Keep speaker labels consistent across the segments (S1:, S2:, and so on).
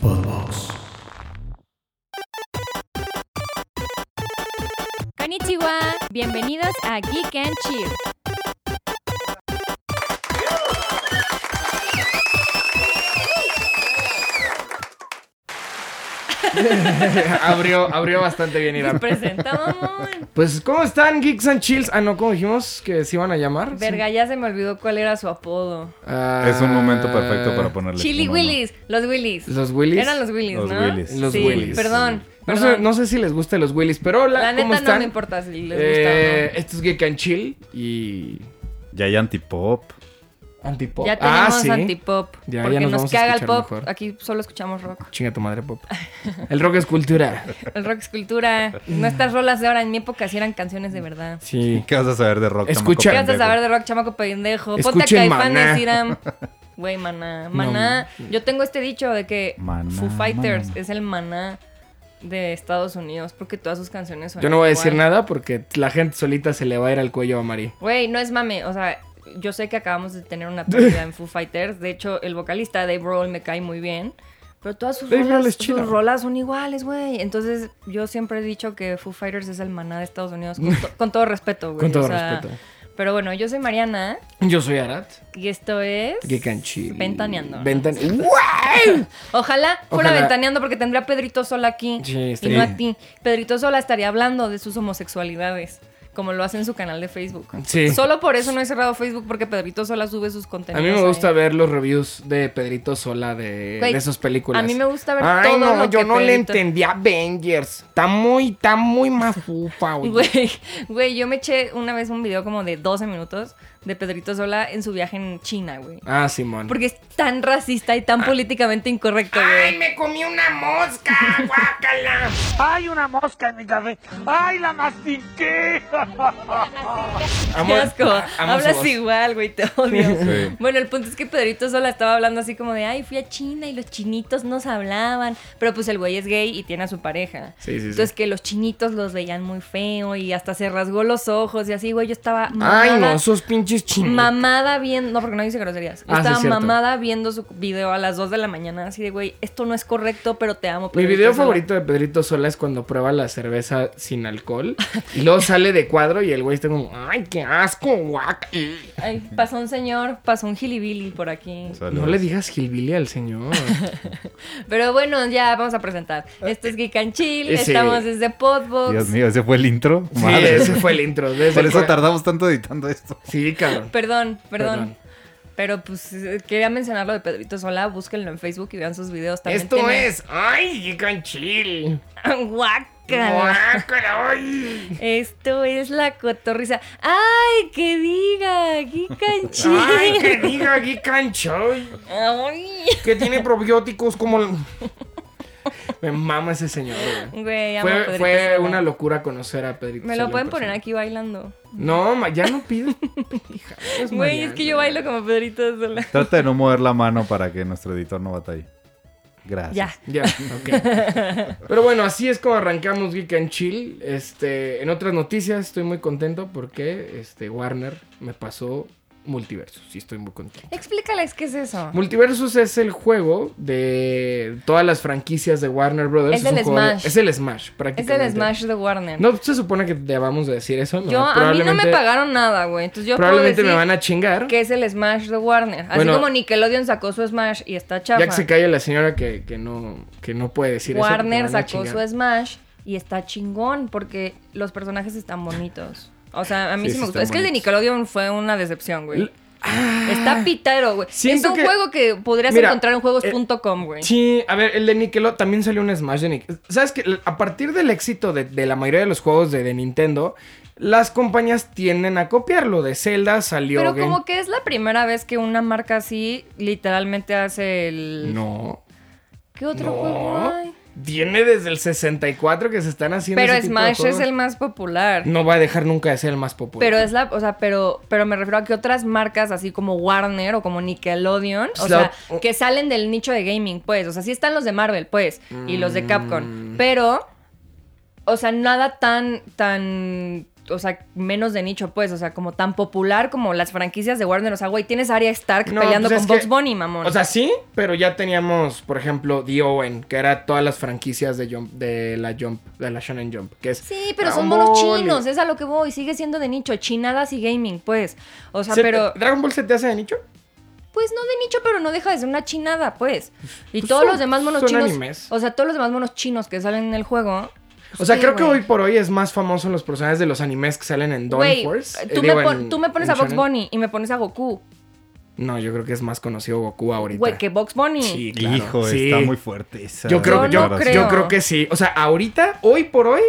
S1: Podbox.
S2: Konnichiwa, bienvenidos a Geek and Chill.
S3: abrió, abrió bastante bien
S2: Nos
S3: Irán.
S2: presentamos.
S3: Pues, ¿cómo están Geeks and Chills? Ah, no, ¿cómo dijimos que se iban a llamar?
S2: Verga, ya se me olvidó cuál era su apodo.
S3: Ah,
S4: Es un momento perfecto
S2: Ah.
S4: para ponerle.
S2: Chili
S4: un nombre.
S2: Willis, los Willis.
S3: Los Willys.
S2: Eran los Willis,
S4: Los
S2: ¿no?
S4: Willys.
S3: Los
S2: sí,
S3: Willys.
S2: Perdón.
S3: No sé,
S2: perdón.
S3: no sé si les gustan los Willys, pero hola,
S2: La
S3: ¿cómo
S2: neta
S3: están?
S2: no me importa si les
S3: Eh,
S2: gusta
S3: Esto es Geek and Chill y...
S4: Ya hay antipop.
S2: o
S3: Antipop.
S2: no. Ya
S3: ah,
S2: tenemos
S3: sí.
S2: antipop.
S3: Ya,
S2: porque
S3: ya nos
S2: nos,
S3: vamos a
S2: caga el
S3: escuchar
S2: pop.
S3: mejor.
S2: Aquí solo escuchamos rock.
S3: Chinga tu madre, pop. El rock es cultura.
S2: El rock es cultura. Nuestras rolas de ahora en mi época sí eran canciones de verdad.
S3: Sí.
S4: ¿Qué vas a saber de rock?
S3: Escucha-
S2: ¿Qué vas a
S4: pendejo?
S2: saber de rock, chamaco pendejo? Ponte a
S3: Escuchen
S2: Caifanes,
S3: Maná.
S2: Iram. Güey, maná. Maná. Yo tengo este dicho de que
S4: Maná,
S2: Foo Fighters
S4: maná.
S2: es el maná de Estados Unidos porque todas sus canciones son
S3: Yo no voy a decir
S2: igual.
S3: nada porque la gente solita se le va a ir al cuello a Mari.
S2: Güey, no es mame. O sea, yo sé que acabamos de tener una pérdida en Foo Fighters. De hecho, el vocalista Dave Grohl me cae muy bien. Pero todas sus
S3: Dave Grohl
S2: rolas,
S3: es chido.
S2: sus rolas son iguales, güey. Entonces, yo siempre he dicho que Foo Fighters es el maná de Estados Unidos. Con, to- con todo respeto, güey.
S3: Con todo
S2: o sea,
S3: respeto.
S2: Pero bueno, yo soy Mariana
S3: Yo soy Arat.
S2: y esto es...
S3: Geek and Chill.
S2: Ventaneando.
S3: Ventane- ¡Guau!
S2: Ojalá fuera
S3: Ojalá.
S2: ventaneando porque tendría a Pedrito Sola aquí
S3: Sí,
S2: y
S3: estaría-
S2: no a ti. Pedrito Sola estaría hablando de sus homosexualidades, como lo hace en su canal de Facebook.
S3: Sí.
S2: Solo por eso no he cerrado Facebook porque Pedrito Sola sube sus
S3: A
S2: contenidos.
S3: mí me gusta
S2: ahí.
S3: ver los reviews de Pedrito Sola de,
S2: Güey,
S3: de sus películas.
S2: a mí me gusta ver
S3: Ay,
S2: todo
S3: no,
S2: lo
S3: yo
S2: que
S3: no le
S2: Pedrito-
S3: entendí a Avengers. Está muy, está muy mafufa, oye.
S2: Güey, güey, yo me eché una vez un video como de 12 minutos de Pedrito Sola en su viaje en China, güey.
S3: Ah, Simón.
S2: Porque es tan racista y
S3: Ah.
S2: tan políticamente incorrecto, güey.
S3: me comí una mosca! ¡Guácala!
S5: ¡Hay una mosca en mi café! ¡Ay, la mastiqué!
S3: Amo-
S2: Qué asco.
S3: a- amo su
S2: Hablas
S3: voz.
S2: igual, güey, te odio.
S4: Sí.
S2: Bueno, el punto es que Pedrito Sola estaba hablando así como de, ay, fui a China y los chinitos nos hablaban. Pero pues el güey es gay y tiene a su pareja.
S3: Sí, sí, sí.
S2: Entonces que los chinitos los veían muy feo y hasta se rasgó los ojos y así, güey, yo estaba
S3: Ay, no,
S2: mamada-
S3: esos pinches chinos.
S2: Mamada viendo, no, porque no dice groserías. Yo
S3: Ah, sí,
S2: estaba
S3: es cierto.
S2: mamada viendo su video a las 2 de la mañana, así de, güey, esto no es correcto, pero te amo.
S3: Mi
S2: Pedrito
S3: video
S2: Sola".
S3: favorito de Pedrito Sola es cuando prueba la cerveza sin alcohol y luego sale de cuadro y el güey está como, ¡ay, qué asco, guac!
S2: Ay, pasó un señor, pasó un gilibili por aquí.
S4: Saludos.
S3: No le digas Gilbilly al señor.
S2: Pero bueno, ya vamos a presentar. Esto es Geek and Chill,
S3: Eh, Sí.
S2: estamos desde Podbox.
S4: Dios mío, ese fue el intro.
S3: Sí,
S4: Madre.
S3: ese fue el intro. desde
S4: Por
S3: el
S4: eso
S3: cora-
S4: tardamos tanto editando esto.
S3: Sí, cabrón.
S2: Perdón, perdón.
S3: Perdón.
S2: Pero pues eh, quería mencionar lo de Pedrito Sola, búsquenlo en Facebook y vean sus videos también.
S3: Esto
S2: tiene-
S3: es. ¡Ay, Geek and Chill!
S2: Guácala.
S3: Guácala, ay.
S2: Esto es la cotorriza. ¡Ay, que diga! Geek and Chill.
S3: ¡Ay, que diga Geek and Chill!
S2: Ay,
S3: Que tiene probióticos como. la- Me mama ese señor, güey.
S2: Güey, amo a
S3: Fue,
S2: Pedrito
S3: fue
S2: Sola.
S3: una locura conocer a Pedrito.
S2: Me
S3: Sola
S2: lo
S3: en
S2: pueden poner
S3: persona.
S2: aquí bailando.
S3: No, ma- ya no pido.
S2: Güey, es que yo bailo como Pedrito Sola.
S4: Trata de no mover la mano para que nuestro editor no batalle. Gracias.
S3: Ya,
S2: Ya.
S3: ok. Pero bueno, así es como arrancamos Geek and Chill. Este, en otras noticias estoy muy contento porque este, Warner me pasó Multiversus y estoy muy contento.
S2: Explícales qué es eso.
S3: Multiversus es el juego de todas las franquicias de Warner Brothers.
S2: Es el
S3: un juego de-
S2: Smash.
S3: es el Smash,
S2: Es
S3: prácticamente.
S2: el Smash de Warner.
S3: No se supone que debamos de decir eso.
S2: Yo, a mí no me pagaron nada, güey. Entonces yo puedo
S3: Probablemente
S2: decir
S3: me van a chingar.
S2: que es el Smash de Warner. Así
S3: Bueno.
S2: como Nickelodeon sacó su Smash y está chafa.
S3: Ya que se calle la señora que, que no, que no puede decir eso. porque me
S2: Warner
S3: van a
S2: sacó
S3: chingar.
S2: su Smash y está chingón porque los personajes están bonitos. O sea, a mí
S3: Sí,
S2: sí,
S3: sí
S2: me gustó.
S3: están
S2: Es que el de
S3: bonitos. Ah.
S2: Nickelodeon fue una decepción, güey. Está pitero, güey. Es
S3: Siento
S2: un
S3: que-
S2: juego que podrías
S3: Mira,
S2: encontrar en
S3: eh,
S2: juegos.com, güey.
S3: Sí, a ver, el de Nickelodeon también salió un Smash de Nickelodeon. ¿Sabes que A partir del éxito de, de la mayoría de los juegos de, de Nintendo, las compañías tienden a copiarlo. De Zelda salió.
S2: Pero
S3: Game-
S2: como que es la primera vez que una marca así literalmente hace el...
S3: No.
S2: ¿Qué otro
S3: no.
S2: juego hay?
S3: Tiene desde el 64 que se están haciendo.
S2: Pero
S3: ese tipo de
S2: Smash es
S3: juegos.
S2: el más popular.
S3: No va a dejar nunca de ser el más popular.
S2: Pero es la, o sea, pero, pero me refiero a que otras marcas así como Warner o como Nickelodeon, o
S3: Pues la-
S2: sea, que salen del nicho de gaming, pues, o sea, sí están los de Marvel, pues,
S3: Mm.
S2: y los de Capcom, pero, o sea, nada tan, tan o sea, menos de nicho, pues, o sea, como tan popular como las franquicias de Warner. O sea, güey, tienes a Arya Stark
S3: No,
S2: peleando
S3: pues
S2: con
S3: es
S2: Box
S3: que-
S2: Bunny, mamón.
S3: O sea, sí, pero ya teníamos, por ejemplo, The Owen, que era todas las franquicias de Jump, de la Jump, de la Shonen Jump, que es
S2: sí, pero
S3: Dragon
S2: son monos
S3: Ball y-
S2: chinos, es a lo que voy, sigue siendo de nicho, chinadas y gaming, pues. O sea,
S3: ¿Se te-
S2: pero
S3: ¿Dragon Ball se te hace de nicho?
S2: pues no de nicho, pero no deja de ser una chinada, pues. Y
S3: Pues
S2: todos
S3: son-
S2: los demás monos
S3: son
S2: chinos,
S3: animes.
S2: o sea, todos los demás monos chinos que salen en el juego.
S3: O sea,
S2: sí,
S3: creo que
S2: güey.
S3: hoy por hoy es más famoso los personajes de los animes que salen en Dawn
S2: Güey,
S3: Force. eh,
S2: tú, me
S3: digo,
S2: pon-
S3: en-
S2: tú me pones
S3: en
S2: a Box
S3: Shonen.
S2: Bunny y me pones a Goku.
S3: No, yo creo que es más conocido Goku ahorita.
S2: Güey, que Box Bunny.
S3: Sí, claro.
S4: Hijo,
S3: sí.
S4: está muy fuerte esa.
S3: Yo creo,
S2: Yo
S3: que yo,
S2: no
S4: comparación.
S3: creo.
S2: creo.
S3: yo creo que sí. O sea, ahorita, hoy por hoy,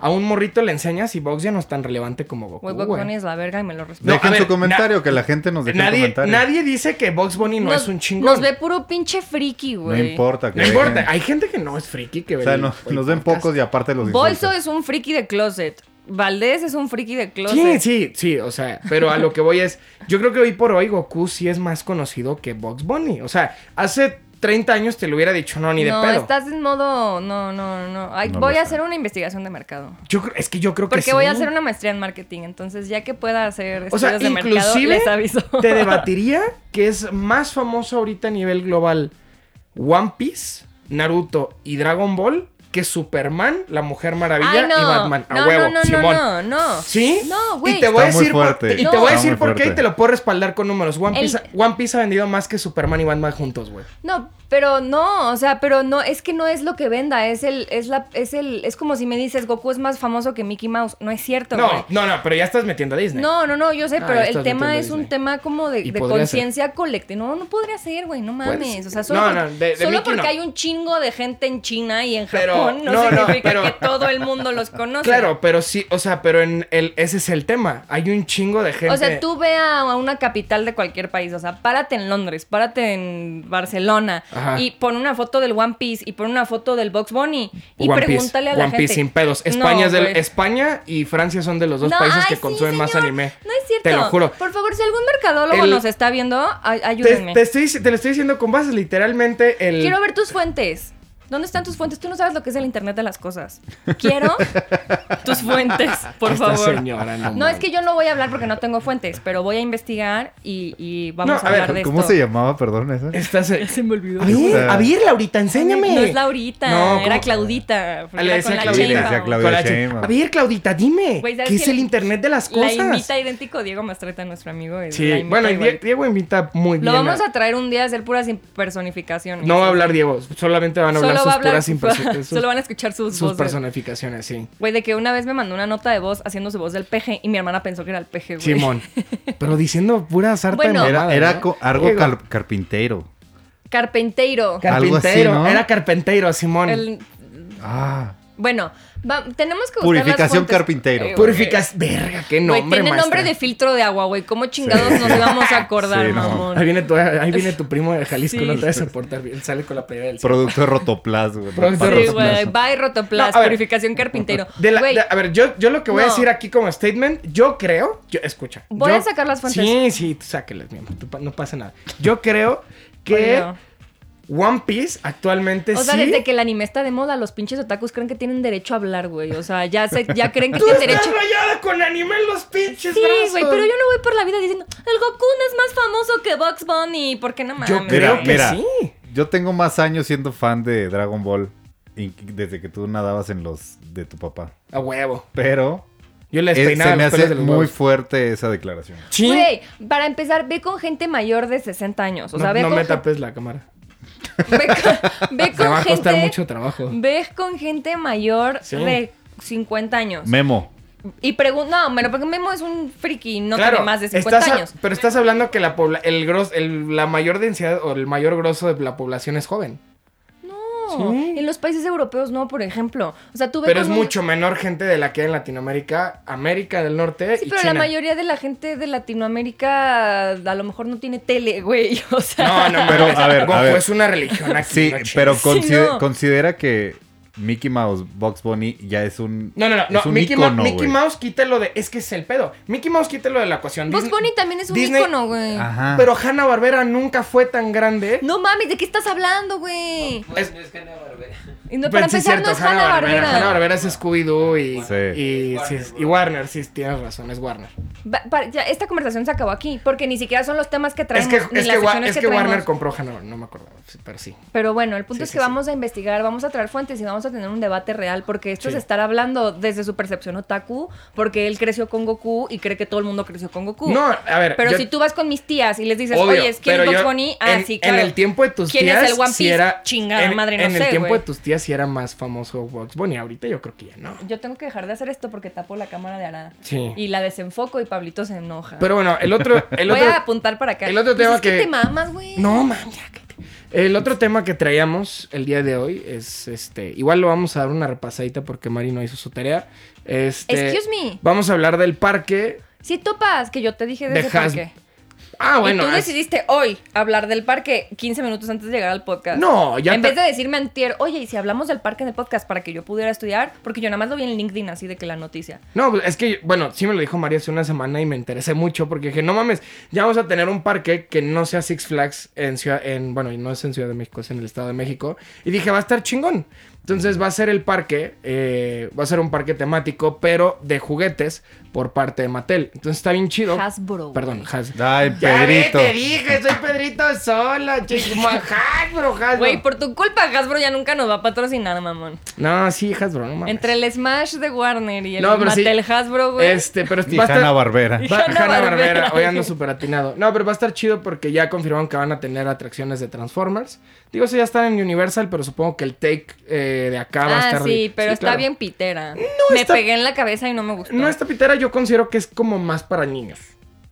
S3: a un morrito le enseñas y Box ya no es tan relevante como Goku.
S2: Güey, Box
S3: güey.
S2: Bunny es la verga y me lo respeto.
S3: No,
S4: Dejen
S3: a ver,
S4: su comentario, que la gente nos deje un
S3: Nadie,
S4: comentario.
S3: nadie dice que Box Bunny no
S2: Nos-
S3: es un chingón.
S2: Nos ve puro pinche friki,
S4: no
S2: güey.
S4: importa. que
S3: No
S4: dejen-
S3: importa, hay gente que no es friki que ve
S4: O sea,
S3: el-
S4: nos,
S3: el
S4: nos ven
S3: podcast.
S4: pocos y aparte los
S2: Bolso
S4: insultan.
S2: es un friki de closet. Valdés es un friki de closet.
S3: Sí, sí, sí, o sea, pero a lo que voy es, yo creo que hoy por hoy Goku sí es más conocido que Box Bunny. O sea, hace 30 años te lo hubiera dicho no ni de
S2: no,
S3: pedo.
S2: estás en modo. No, no, no. Ay,
S4: No
S2: voy
S4: lo
S2: a
S4: está.
S2: hacer una investigación de mercado.
S3: Yo creo- es que yo creo que
S2: Porque
S3: sí.
S2: voy a hacer una maestría en marketing. Entonces, ya que pueda hacer
S3: O
S2: estudios
S3: sea,
S2: de mercado,
S3: inclusive
S2: les aviso.
S3: te debatiría que es más famoso ahorita a nivel global One Piece, Naruto y Dragon Ball que Superman, La Mujer Maravilla
S2: Ay, no.
S3: y Batman. A
S2: no,
S3: huevo,
S2: no, no,
S3: Simón.
S2: no, no, no.
S3: ¿Sí?
S2: No, güey.
S3: Y te voy a
S4: Está muy
S3: decir por,
S4: fuerte.
S3: y te voy a
S4: No.
S3: decir
S4: Está muy
S3: por qué y
S4: fuerte.
S3: te lo puedo respaldar con números. One
S2: El-
S3: Piece, One Piece ha vendido más que Superman y Batman juntos, güey.
S2: No, pero no, o sea, pero no, es que no es lo que venda, es el, es la, es el, es como si me dices Goku es más famoso que Mickey Mouse, no es cierto, güey.
S3: No, no, no, pero ya estás metiendo a Disney.
S2: No, no, no, yo sé,
S3: Ah,
S2: pero
S3: ya
S2: el
S3: estás
S2: tema
S3: metiendo
S2: es un
S3: Disney.
S2: tema como de,
S3: Y
S2: de
S3: podría ser.
S2: conciencia colectiva. No, no podría ser, güey, no
S3: Puede
S2: mames.
S3: ser.
S2: O sea, solo,
S3: No,
S2: por-
S3: no, de- de
S2: solo
S3: Mickey
S2: porque
S3: no.
S2: hay un chingo de gente en China y en
S3: Pero,
S2: Japón, no,
S3: no, no,
S2: significa
S3: pero-
S2: que todo el mundo los conoce.
S3: Claro, pero sí, o sea, pero en el, ese es el tema. Hay un chingo de gente.
S2: O sea, tú ve a a una capital de cualquier país, o sea, párate en Londres, párate en Barcelona
S3: Ajá.
S2: y pon una foto del One Piece y pon una foto del Box Bunny y
S3: One Piece,
S2: pregúntale a la
S3: One
S2: gente.
S3: Piece sin pedos.
S2: No,
S3: España, es del-
S2: güey.
S3: España y Francia son de los dos
S2: No,
S3: países
S2: ay,
S3: que
S2: sí,
S3: consumen más
S2: señor.
S3: anime.
S2: No es cierto.
S3: Te lo juro.
S2: Por favor, si algún mercadólogo
S3: El-
S2: nos está viendo, ay-
S3: Te,
S2: ayúdenme.
S3: te estoy, te lo estoy diciendo con bases, literalmente el...
S2: Quiero ver tus fuentes. ¿Dónde están tus fuentes? Tú no sabes lo que es el Internet de las cosas. Quiero tus fuentes, por
S3: Esta
S2: favor.
S3: señora, no,
S2: No, es
S3: mames.
S2: que yo no voy a hablar porque no tengo fuentes, pero voy a investigar y, y vamos
S3: No,
S2: a,
S3: a ver,
S2: hablar de
S4: ¿Cómo
S2: esto.
S4: se llamaba, perdón, esa?
S3: Esta se-
S2: Se me olvidó.
S3: A ver,
S4: Esta-
S3: a ver, Laurita, enséñame.
S2: No es Laurita,
S3: No,
S2: era
S3: ¿cómo? Ah,
S2: Claudita. porque era
S3: decía
S2: con la
S3: Claudita.
S2: chimba,
S4: Le decía
S2: güey.
S4: Claudita.
S3: Con la
S4: Claudia
S3: ch-
S4: Sheinbaum.
S3: A ver, Claudita, dime.
S2: Güey, ¿sabes
S3: ¿Qué es
S2: quién-
S3: el internet de las
S2: La
S3: cosas?
S2: imita idéntico Diego Mastreta, nuestro amigo. es la
S3: Sí,
S2: imita
S3: bueno, y Die-
S2: igualito.
S3: Diego imita muy bien.
S2: Lo vamos a traer un día a hacer puras personificaciones.
S3: No va a hablar Diego, solamente van a hablar
S2: Solo,
S3: sus
S2: va a hablar-
S3: puras imperso- sus-
S2: solo van a escuchar sus,
S3: sus
S2: voces.
S3: personificaciones, sí.
S2: Güey, de que una vez me mandó una nota de voz haciendo su voz del peje y mi hermana pensó que era el peje, güey.
S3: Simón. Pero diciendo pura sarta
S2: Bueno.
S3: de
S4: Era,
S3: mamadas,
S4: era
S3: ¿no?
S4: co- algo
S3: Diego.
S4: car- carpintero.
S2: Carpentero.
S4: Algo así,
S3: Carpintero,
S4: ¿no?
S3: era carpentero, Simón.
S2: El-
S4: Ah,
S2: bueno, va- tenemos que buscar las
S4: Purificación
S2: fuentes.
S4: carpintero.
S2: Eh, güey.
S3: Purificas, verga, qué
S2: Güey,
S3: nombre,
S2: tiene nombre
S3: maestra.
S2: de filtro de agua, güey. ¿Cómo chingados nos vamos a acordar,
S4: Sí, no.
S2: mamón?
S3: Ahí viene, tu, ahí viene tu primo de Jalisco,
S2: Sí.
S3: no te vas a portar bien. Sale con la playera del cielo.
S4: Producto de Rotoplas, güey.
S3: Producto de
S2: Sí,
S4: Rotoplas.
S2: güey. Bye, Rotoplas.
S3: No, a ver.
S2: purificación carpintero.
S3: De la-
S2: Güey,
S3: de- a ver, yo, yo lo que voy a
S2: No.
S3: decir aquí como statement, yo creo, yo- escucha.
S2: Voy
S3: yo-
S2: a sacar las fuentes.
S3: Sí, sí, tú sáquelas, mi amor, tú pa- no pasa nada. Yo creo que
S2: bueno.
S3: One Piece actualmente
S2: O sea,
S3: sí.
S2: desde que el anime está de moda, los pinches otakus creen que tienen derecho a hablar, güey. O sea, ya, se, ya creen que
S3: Tú
S2: tienen
S3: estás
S2: derecho.
S3: rayada con anime en los pinches
S2: Sí,
S3: brazos.
S2: güey, pero yo no voy por la vida diciendo, el Goku no es más famoso que Bugs Bunny. ¿Por qué no mames?
S3: Yo creo que
S4: mira.
S3: sí.
S4: Yo tengo más años siendo fan de Dragon Ball y- desde que tú nadabas en los de tu papá.
S3: A huevo.
S4: Pero
S3: Yo les
S4: es-
S3: peinaba
S4: se me
S3: los pelos
S4: hace
S3: de los
S4: muy
S3: huevos.
S4: fuerte esa declaración.
S3: Sí.
S2: Güey, para empezar, ve con gente mayor de 60 años. O sea,
S3: no
S2: ve,
S3: no
S2: con
S3: me tapes la cámara.
S2: gen- ve con, ve
S3: Me
S2: con
S3: va a
S2: gente.
S3: costar mucho trabajo.
S2: Ve con gente mayor
S3: Sí.
S2: de 50 años.
S4: Memo.
S2: Y pregunta, no, pero porque Memo es un friki, no tiene más de 50
S3: estás a-
S2: años.
S3: pero estás hablando que la, pobla- el gros, el- la mayor densidad o el mayor grosso de la población es joven.
S2: No,
S3: Sí.
S2: en los países europeos no, por ejemplo. O sea, tú ves.
S3: Pero es mucho menor gente de la que hay en Latinoamérica, América del Norte
S2: Sí,
S3: y
S2: pero
S3: China.
S2: la mayoría de la gente de Latinoamérica a lo mejor no tiene tele, güey. O sea,
S3: No, no,
S4: Pero,
S3: mames.
S4: a ver, a
S3: Goku
S4: ver.
S3: es una religión aquí.
S4: Sí,
S3: no chingues.
S4: pero
S2: Sí,
S4: consider-
S2: no.
S4: considera que Mickey Mouse, Box Bunny ya es un.
S3: No, no, no,
S4: es
S3: no,
S4: un
S3: Mickey,
S4: ícono,
S3: Ma- Mickey
S4: güey.
S3: Mouse quítalo de. Es que es el pedo. Mickey Mouse quítalo de la ecuación.
S2: Box
S3: Disney-
S2: Bunny también es un
S3: Disney- Ah.
S2: icono, güey.
S4: Ajá.
S3: Pero Hanna Barbera nunca fue tan grande.
S2: No mames, ¿de qué estás hablando, güey?
S1: Bueno, es que no, Barbera.
S2: Y no, para
S3: Pues sí,
S2: empezar, no es Hanna Barbera.
S3: Hanna Barbera es Scooby-Doo y,
S4: Sí.
S3: y,
S1: Warner,
S3: sí, es- y
S1: bro.
S3: Warner, sí, tienes razón, es Warner.
S2: Ba- pa- ya, esta conversación se acabó aquí, porque ni siquiera son los temas que traemos.
S3: es que,
S2: ni
S3: es
S2: las
S3: que, Wa-
S2: secciones
S3: es que
S2: traemos.
S3: Warner compró Hanna Barbera, no me acordaba, sí, pero sí.
S2: Pero bueno, el punto
S3: Sí,
S2: es
S3: sí,
S2: que
S3: sí.
S2: vamos a investigar, vamos a traer fuentes y vamos a tener un debate real, porque esto
S3: Sí.
S2: es estar hablando desde su percepción otaku, porque él creció con Goku y cree que todo el mundo creció con Goku.
S3: No, a ver.
S2: Uh, Pero
S3: yo-
S2: si tú vas con mis tías y les dices,
S3: obvio,
S2: oye, es que
S3: pero
S2: Box
S3: yo-
S2: Bunny, ah,
S3: en,
S2: sí, claro.
S3: En el tiempo de tus
S2: ¿Quién es
S3: tías.
S2: el One
S3: sí
S2: Piece?
S3: era-
S2: Chingada madre, no
S3: En
S2: sé,
S3: el tiempo
S2: güey.
S3: de tus tías sí era más famoso Box Bunny. Ahorita yo creo que ya no.
S2: Yo tengo que dejar de hacer esto porque tapo la cámara de Arada.
S3: Sí.
S2: Y la desenfoco y Pablito se enoja.
S3: Pero bueno, el otro. El
S2: Voy
S3: otro
S2: a apuntar para acá.
S3: el otro
S2: Pues
S3: tema
S2: es que...
S3: que-
S2: te mamas, güey.
S3: No, man, ya cállate. El otro tema que traíamos el día de hoy es este. Igual lo vamos a dar una repasadita porque Mari no hizo su tarea. Este,
S2: Excuse me.
S3: Vamos a hablar del parque
S2: Si topas, que yo te dije de
S3: de
S2: ese
S3: Has-
S2: parque.
S3: Ah, bueno.
S2: y tú
S3: es-
S2: decidiste hoy hablar del parque 15 minutos antes de llegar al podcast.
S3: No, ya
S2: En
S3: te-
S2: vez de decirme antier, oye, y si hablamos del parque en el podcast para que yo pudiera estudiar, porque yo nada más lo vi en LinkedIn, así de que la noticia.
S3: No, pues, es que, bueno, sí me lo dijo María hace una semana y me interesé mucho porque dije, no mames, ya vamos a tener un parque que no sea Six Flags en Ciudad, en, bueno, y no es en Ciudad de México, es en el Estado de México. Y dije, va a estar chingón. Entonces va a ser el parque, eh, va a ser un parque temático, pero de juguetes por parte de Mattel. Entonces está bien chido.
S2: Hasbro,
S3: Perdón,
S2: güey.
S3: Hasbro.
S4: Ay,
S3: Ya
S4: Pedrito.
S3: ve, te dije, soy Pedrito solo, chico. Hasbro, Hasbro.
S2: Güey, por tu culpa, Hasbro ya nunca nos va a patrocinar, mamón.
S3: No, sí, Hasbro, no mames.
S2: Entre el Smash de Warner y el
S3: No, pero sí.
S2: Mattel Hasbro, güey.
S3: Este, pero
S4: Y
S3: va a estar-
S4: Hanna Barbera.
S2: Y
S3: Va,
S2: Hanna
S3: Hanna Barbera,
S2: Barbera.
S3: hoy ando súper atinado. No, pero va a estar chido porque ya confirmaron que van a tener atracciones de Transformers. Digo, eso ya están en Universal, pero supongo que el take eh, de acá va a
S2: Ah,
S3: estar.
S2: sí, pero está
S3: claro.
S2: bien pitera. me
S3: está-
S2: pegué en la cabeza y no me gustó.
S3: No, esta pitera yo considero que es como más para niños.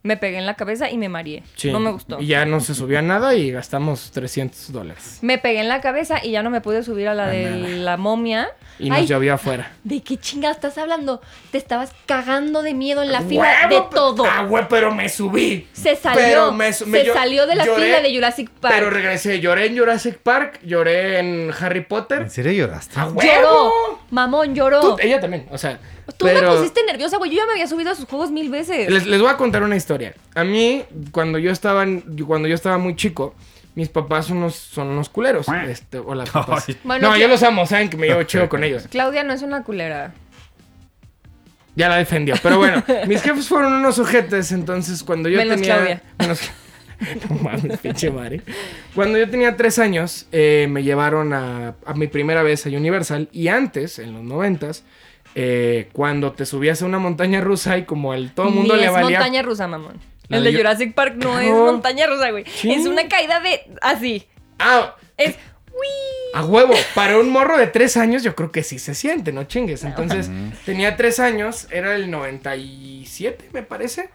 S2: Me pegué en la cabeza y me mareé.
S3: Sí.
S2: No me gustó.
S3: Y ya no se subió a nada y gastamos 300 dólares.
S2: Me pegué en la cabeza y ya no me pude subir a la
S3: A
S2: de
S3: Ah, nada.
S2: la momia.
S3: Y nos
S2: Ay,
S3: llovió afuera.
S2: ¿De qué chingada estás hablando? Te estabas cagando de miedo en la fila
S3: Ah, ¡Huevo!
S2: de todo.
S3: Ah, güey, pero me subí.
S2: Se
S3: Pero
S2: salió,
S3: me su- me
S2: se
S3: llo-
S2: salió de la
S3: lloré,
S2: fila de Jurassic Park.
S3: Pero regresé. Lloré en Jurassic Park, lloré en Harry Potter.
S4: ¿En serio lloraste?
S3: ¡A huevo!
S2: lloró, mamón, lloró.
S3: Tú-
S2: Tú,
S3: ella también, o sea.
S2: me
S3: pero-
S2: pusiste nerviosa, güey. Yo ya me había subido a sus juegos mil veces.
S3: Les, les voy a contar una historia. A mí, cuando yo estaba, en- yo- cuando yo estaba muy chico, mis papás son unos, son unos culeros. Este, hola, papás.
S2: Bueno,
S3: no,
S2: ya-
S3: yo los amo, saben que me llevo chido con ellos.
S2: Claudia no es una culera.
S3: Ya la defendió. Pero bueno, mis jefes fueron unos sujetes, entonces cuando yo
S2: Menos
S3: tenía.
S2: Claudia.
S3: Menos- No mames, pinche madre. Cuando yo tenía tres años, eh, me llevaron a, a mi primera vez a Universal. Y antes, en los noventas, eh, cuando te subías a una montaña rusa y como al todo el mundo
S2: Ni
S3: le
S2: es
S3: valía.
S2: montaña rusa, mamón.
S3: La
S2: El
S3: de
S2: de
S3: Ju-
S2: Jurassic Park no es
S3: Claro.
S2: montaña rusa, güey.
S3: Sí.
S2: Es una caída de así.
S3: Ah,
S2: Es
S3: A huevo, para un morro de tres años yo creo que sí se siente, no chingues. Entonces, tenía tres años, era el 97 me parece,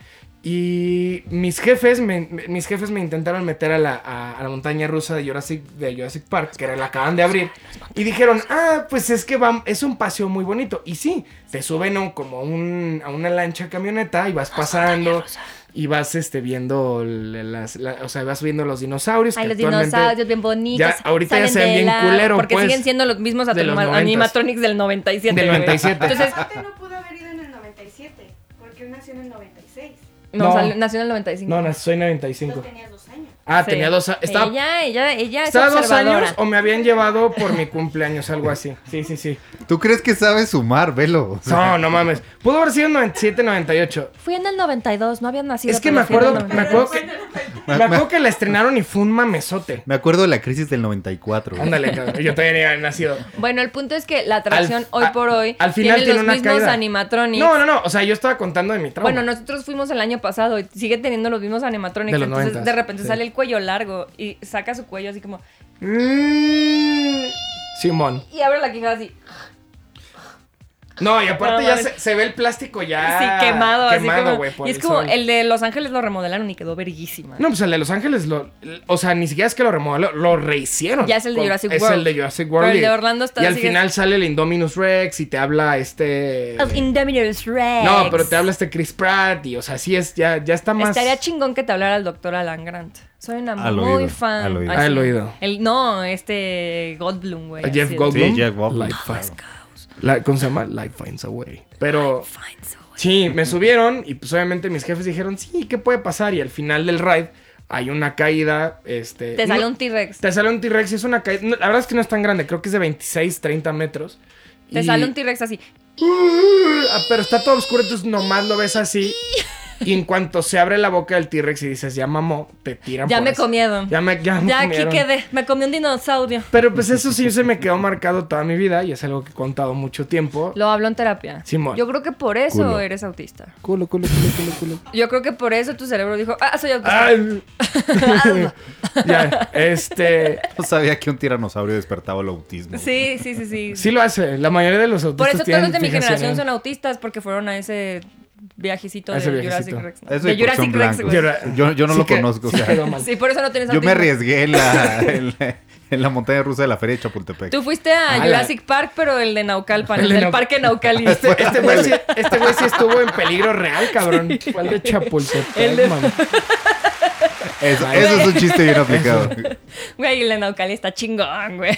S3: y mis jefes me, me- mis jefes me intentaron meter a la, a- a la montaña rusa de Jurassic, de Jurassic Park, que era la acaban de abrir, y dijeron, ah, pues es que va, es un paseo muy bonito. Y sí, te suben a un- como a un- a una lancha camioneta y vas pasando... Y vas este, viendo las, la- o sea, vas viendo los dinosaurios.
S2: Ay,
S3: que
S2: los
S3: actualmente-
S2: dinosaurios bien bonitos.
S3: ya, ahorita ya
S2: salen
S3: se ven
S2: de
S3: bien
S2: la-
S3: culero,
S2: Porque
S3: pues.
S2: siguen siendo los mismos
S3: De los
S2: atoma-
S3: 90s.
S2: animatronics del 97.
S3: Del
S2: güey.
S3: 97.
S2: Entonces,
S6: Aparte no pudo haber ido en el 97, porque él nació en el 96.
S2: no,
S3: No.
S2: salió- nació en el 95.
S3: No, no, soy
S6: Tú
S3: 95.
S6: tenías dos años.
S3: Ah,
S2: Sí.
S3: tenía dos años. Estaba,
S2: Ella, ella, ella es
S3: estaba dos
S2: observadora.
S3: años o me habían llevado por mi cumpleaños, algo así. Sí, sí, sí.
S4: ¿Tú crees que sabes sumar? Velo. O sea,
S3: No, no mames. Pudo haber sido en 97, 98.
S2: Fui en el 92, no habían nacido.
S3: Es que
S2: pero
S3: me
S2: fui en el
S3: acuerdo, me
S2: 92.
S3: acuerdo que, me acuerdo que la estrenaron y fue un mamesote.
S4: Me acuerdo de la crisis del 94. güey.
S3: Ándale, cabrón. Yo todavía ni había nacido.
S2: Bueno, el punto es que la atracción
S3: Al-
S2: hoy
S3: a-
S2: por hoy
S3: al final tiene
S2: tiene los
S3: una
S2: mismos
S3: caída.
S2: animatronics.
S3: No, no, no. O sea, yo estaba contando de mi trauma.
S2: Bueno, nosotros fuimos el año pasado y sigue teniendo los mismos animatronics.
S3: De los
S2: entonces,
S3: 90s,
S2: de repente
S3: sí.
S2: sale el cuello largo y saca su cuello así como.
S3: Mm, Simón.
S2: Y abre la quijada así.
S3: No, y aparte
S2: No,
S3: ya
S2: mames.
S3: se, se ve el plástico ya.
S2: sí, quemado, así como.
S3: Ah, güey, por
S2: y es como
S3: sol.
S2: el de Los Ángeles lo remodelaron y quedó verguísima.
S3: No, pues el de Los Ángeles, lo, o sea, ni siquiera es que lo remodeló, lo rehicieron.
S2: Ya es el de
S3: Con-
S2: Jurassic
S3: Es
S2: World.
S3: el de Jurassic World.
S2: Pero el
S3: y-
S2: de Orlando está-
S3: Y al
S2: sigue-
S3: final sale el Indominus Rex y te habla este.
S2: Of Indominus Rex.
S3: No, pero te habla este Chris Pratt y, o sea, sí es, ya, ya está más.
S2: Estaría chingón que te hablara el doctor Alan Grant. Soy una
S4: Al
S2: muy
S4: oído,
S2: fan.
S4: al oído.
S2: así.
S3: Al oído.
S2: El, no, este Goldblum, güey.
S3: Jeff
S2: así de-
S3: Goldblum.
S4: Sí, Jeff Goldblum.
S3: Life finds- La- ¿Cómo se llama? Life finds a way. Pero.
S2: Fine, so-
S3: Sí, me subieron y pues obviamente mis jefes dijeron, sí, ¿qué puede pasar? Y al final del ride hay una caída, este...
S2: Te sale
S3: no-
S2: un T-Rex.
S3: Te sale un T-Rex y es una caída... no, la verdad es que no es tan grande, creo que es de 26, 30 metros.
S2: Te
S3: y-
S2: sale un T-Rex así.
S3: Ah, pero está todo oscuro, entonces nomás lo ves así. Y en cuanto se abre la boca del T-Rex y dices, ya mamó, te tiran
S2: Ya
S3: por
S2: me
S3: eso.
S2: comieron.
S3: Ya me, ya me
S2: Ya aquí
S3: comieron.
S2: quedé. Me comí un dinosaurio.
S3: Pero pues eso sí se me quedó marcado toda mi vida y es algo que he contado mucho tiempo.
S2: Lo hablo en terapia.
S3: Simón.
S2: Yo creo que por eso
S4: Culo.
S2: eres autista.
S3: Culo, culo, culo, culo, culo.
S2: Yo creo que por eso tu cerebro dijo, ah, soy autista.
S3: Ay. ya, este...
S4: No sabía que un tiranosaurio despertaba el autismo.
S2: Sí, sí, sí, sí.
S3: Sí lo hace, la mayoría de los
S2: por
S3: autistas
S2: eso todos
S3: tienen
S2: los de mi
S3: fijación
S2: generación
S3: en-
S2: son autistas porque fueron a ese viajecito
S3: A
S2: de
S3: ese
S2: Jurassic
S3: viajecito.
S2: Rex. ¿no?
S4: Eso
S2: de
S4: y por son
S2: Jurassic Rex,
S4: blancos.
S2: güey.
S3: Yo-
S4: Yo, yo no
S3: Sí
S4: lo
S3: que-
S4: conozco.
S3: sí
S4: o sea,
S3: quedó mal.
S2: Sí, por eso no tienes
S4: yo
S2: autismo.
S4: me arriesgué en la, en la, en la montaña rusa de la feria de Chapultepec.
S2: Tú fuiste a
S3: Ah, la-
S2: Jurassic Park, pero el de Naucalpan, el,
S3: El de
S2: del
S3: Nau-
S2: parque Naucali.
S3: Este, este güey sí, este güey sí estuvo en peligro real, cabrón. ¿Cuál de Chapultepec,
S2: El de-
S3: mami?
S4: Eso, eso es un chiste bien aplicado.
S2: Güey, el de Naucali está chingón, güey.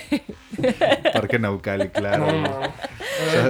S4: Parque Naucali, claro.
S3: No, no.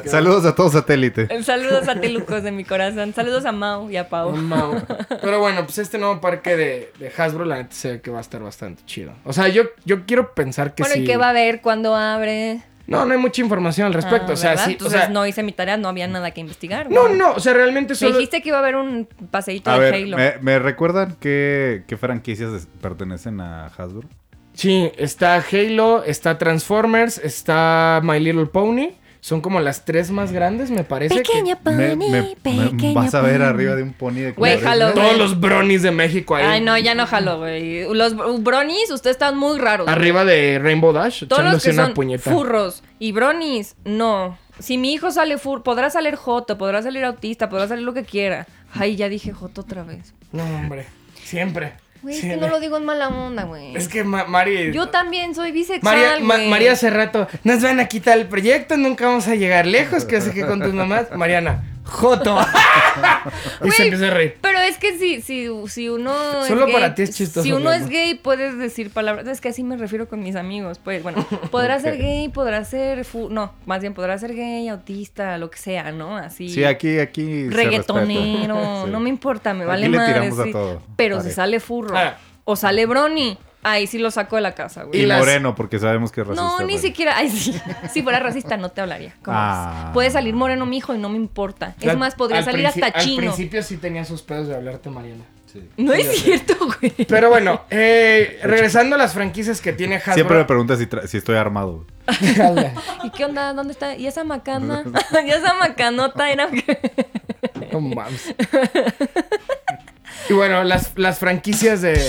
S4: Sa- Saludos a todos satélite.
S2: Saludos a Telucos de mi corazón. Saludos a Mau y a Pau.
S3: Un mao. Pero bueno, pues este nuevo parque de, de Hasbro, la neta se ve que va a estar bastante chido. O sea, yo, yo quiero pensar que
S2: bueno,
S3: sí.
S2: ¿y qué va a haber? ¿Cuándo abre?
S3: No, no hay mucha información al respecto.
S2: Ah,
S3: o sea,
S2: ¿verdad?
S3: sí.
S2: Entonces
S3: o sea, no...
S2: no hice mi tarea, no había nada que investigar.
S3: no,
S2: güey.
S3: o sea, realmente
S2: Me
S3: solo.
S2: dijiste que iba a haber un paseíto
S4: A
S2: de
S4: ver,
S2: Halo.
S4: ¿me, me recuerdan qué, qué franquicias es- pertenecen a Hasbro?
S3: Sí, está Halo, está Transformers, está My Little Pony. Son como las tres más grandes, me parece. que-
S2: Pequeña pony,
S4: Me, me- me
S2: pequeña
S4: vas a ver
S2: pony.
S4: arriba de un pony de
S2: Güey,
S4: colores,
S2: jalo.
S4: ¿no?
S3: Todos los bronis de México ahí.
S2: Ay, no, ya no jalo, güey. Los br- bronies, ustedes están muy raros.
S3: Arriba de Rainbow Dash,
S2: Todos los
S3: echándose
S2: que
S3: una
S2: son
S3: puñeta.
S2: furros y bronies, no. Si mi hijo sale fur, podrá salir joto, podrá salir autista, podrá salir lo que quiera. Ay, ya dije joto otra vez.
S3: No, hombre. Siempre.
S2: Güey, es que
S3: Siempre.
S2: no lo digo en mala onda, güey.
S3: Es que Ma- Mari.
S2: Yo también soy bisexual,
S3: María, Ma-
S2: güey.
S3: María hace rato, nos van a quitar el proyecto, nunca vamos a llegar lejos, que así que con tus mamás, Mariana, Joto. y se
S2: Güey,
S3: empieza a reír.
S2: Pero es que si, si, si uno. es
S3: Solo
S2: gay-
S3: para ti es chistoso,
S2: Si uno
S3: Lalo.
S2: es gay, puedes decir palabras. Es que así me refiero con mis amigos. Pues bueno, podrá ser gay, podrá ser. fu- no, más bien podrá ser gay, autista, lo que sea, ¿no? Así.
S4: Sí, aquí, aquí. se
S2: Reggaetonero.
S4: respeta. Sí.
S2: No me importa, me
S4: Aquí
S2: vale
S4: le
S2: madre.
S4: tiramos a
S2: sí.
S4: todo,
S2: Pero
S4: parejo.
S2: si sale furro
S3: Ah.
S2: o sale brony, ahí sí lo saco de la casa, güey.
S4: Y,
S3: Y las-
S4: moreno, porque sabemos que es racista.
S2: No, ni
S4: bueno.
S2: siquiera. Ay, sí. Si fuera racista, no te hablaría. ¿Cómo
S4: Ah.
S2: ves? Puede salir moreno, mijo, y no me importa. Es
S3: Al-
S2: más, podría
S3: al
S2: salir
S3: princi-
S2: hasta
S3: Al
S2: chino.
S3: principio sí tenía sus pedos de hablarte, Mariana.
S2: No es cierto, güey.
S3: Pero bueno, eh, regresando a las franquicias que tiene Hasbro.
S4: Siempre me pregunta si, tra- si estoy armado.
S2: ¿Y qué onda? ¿Dónde está? ¿Y esa macana? ¿Y esa macanota era?
S3: No mames. Y bueno, las, las franquicias de.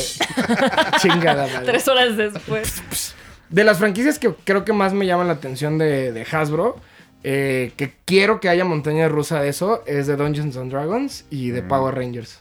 S3: Chingada madre.
S2: Tres horas después.
S3: De las franquicias que creo que más me llaman la atención de, de Hasbro, eh, que quiero que haya montaña rusa de eso, es de Dungeons and Dragons y de Power Rangers.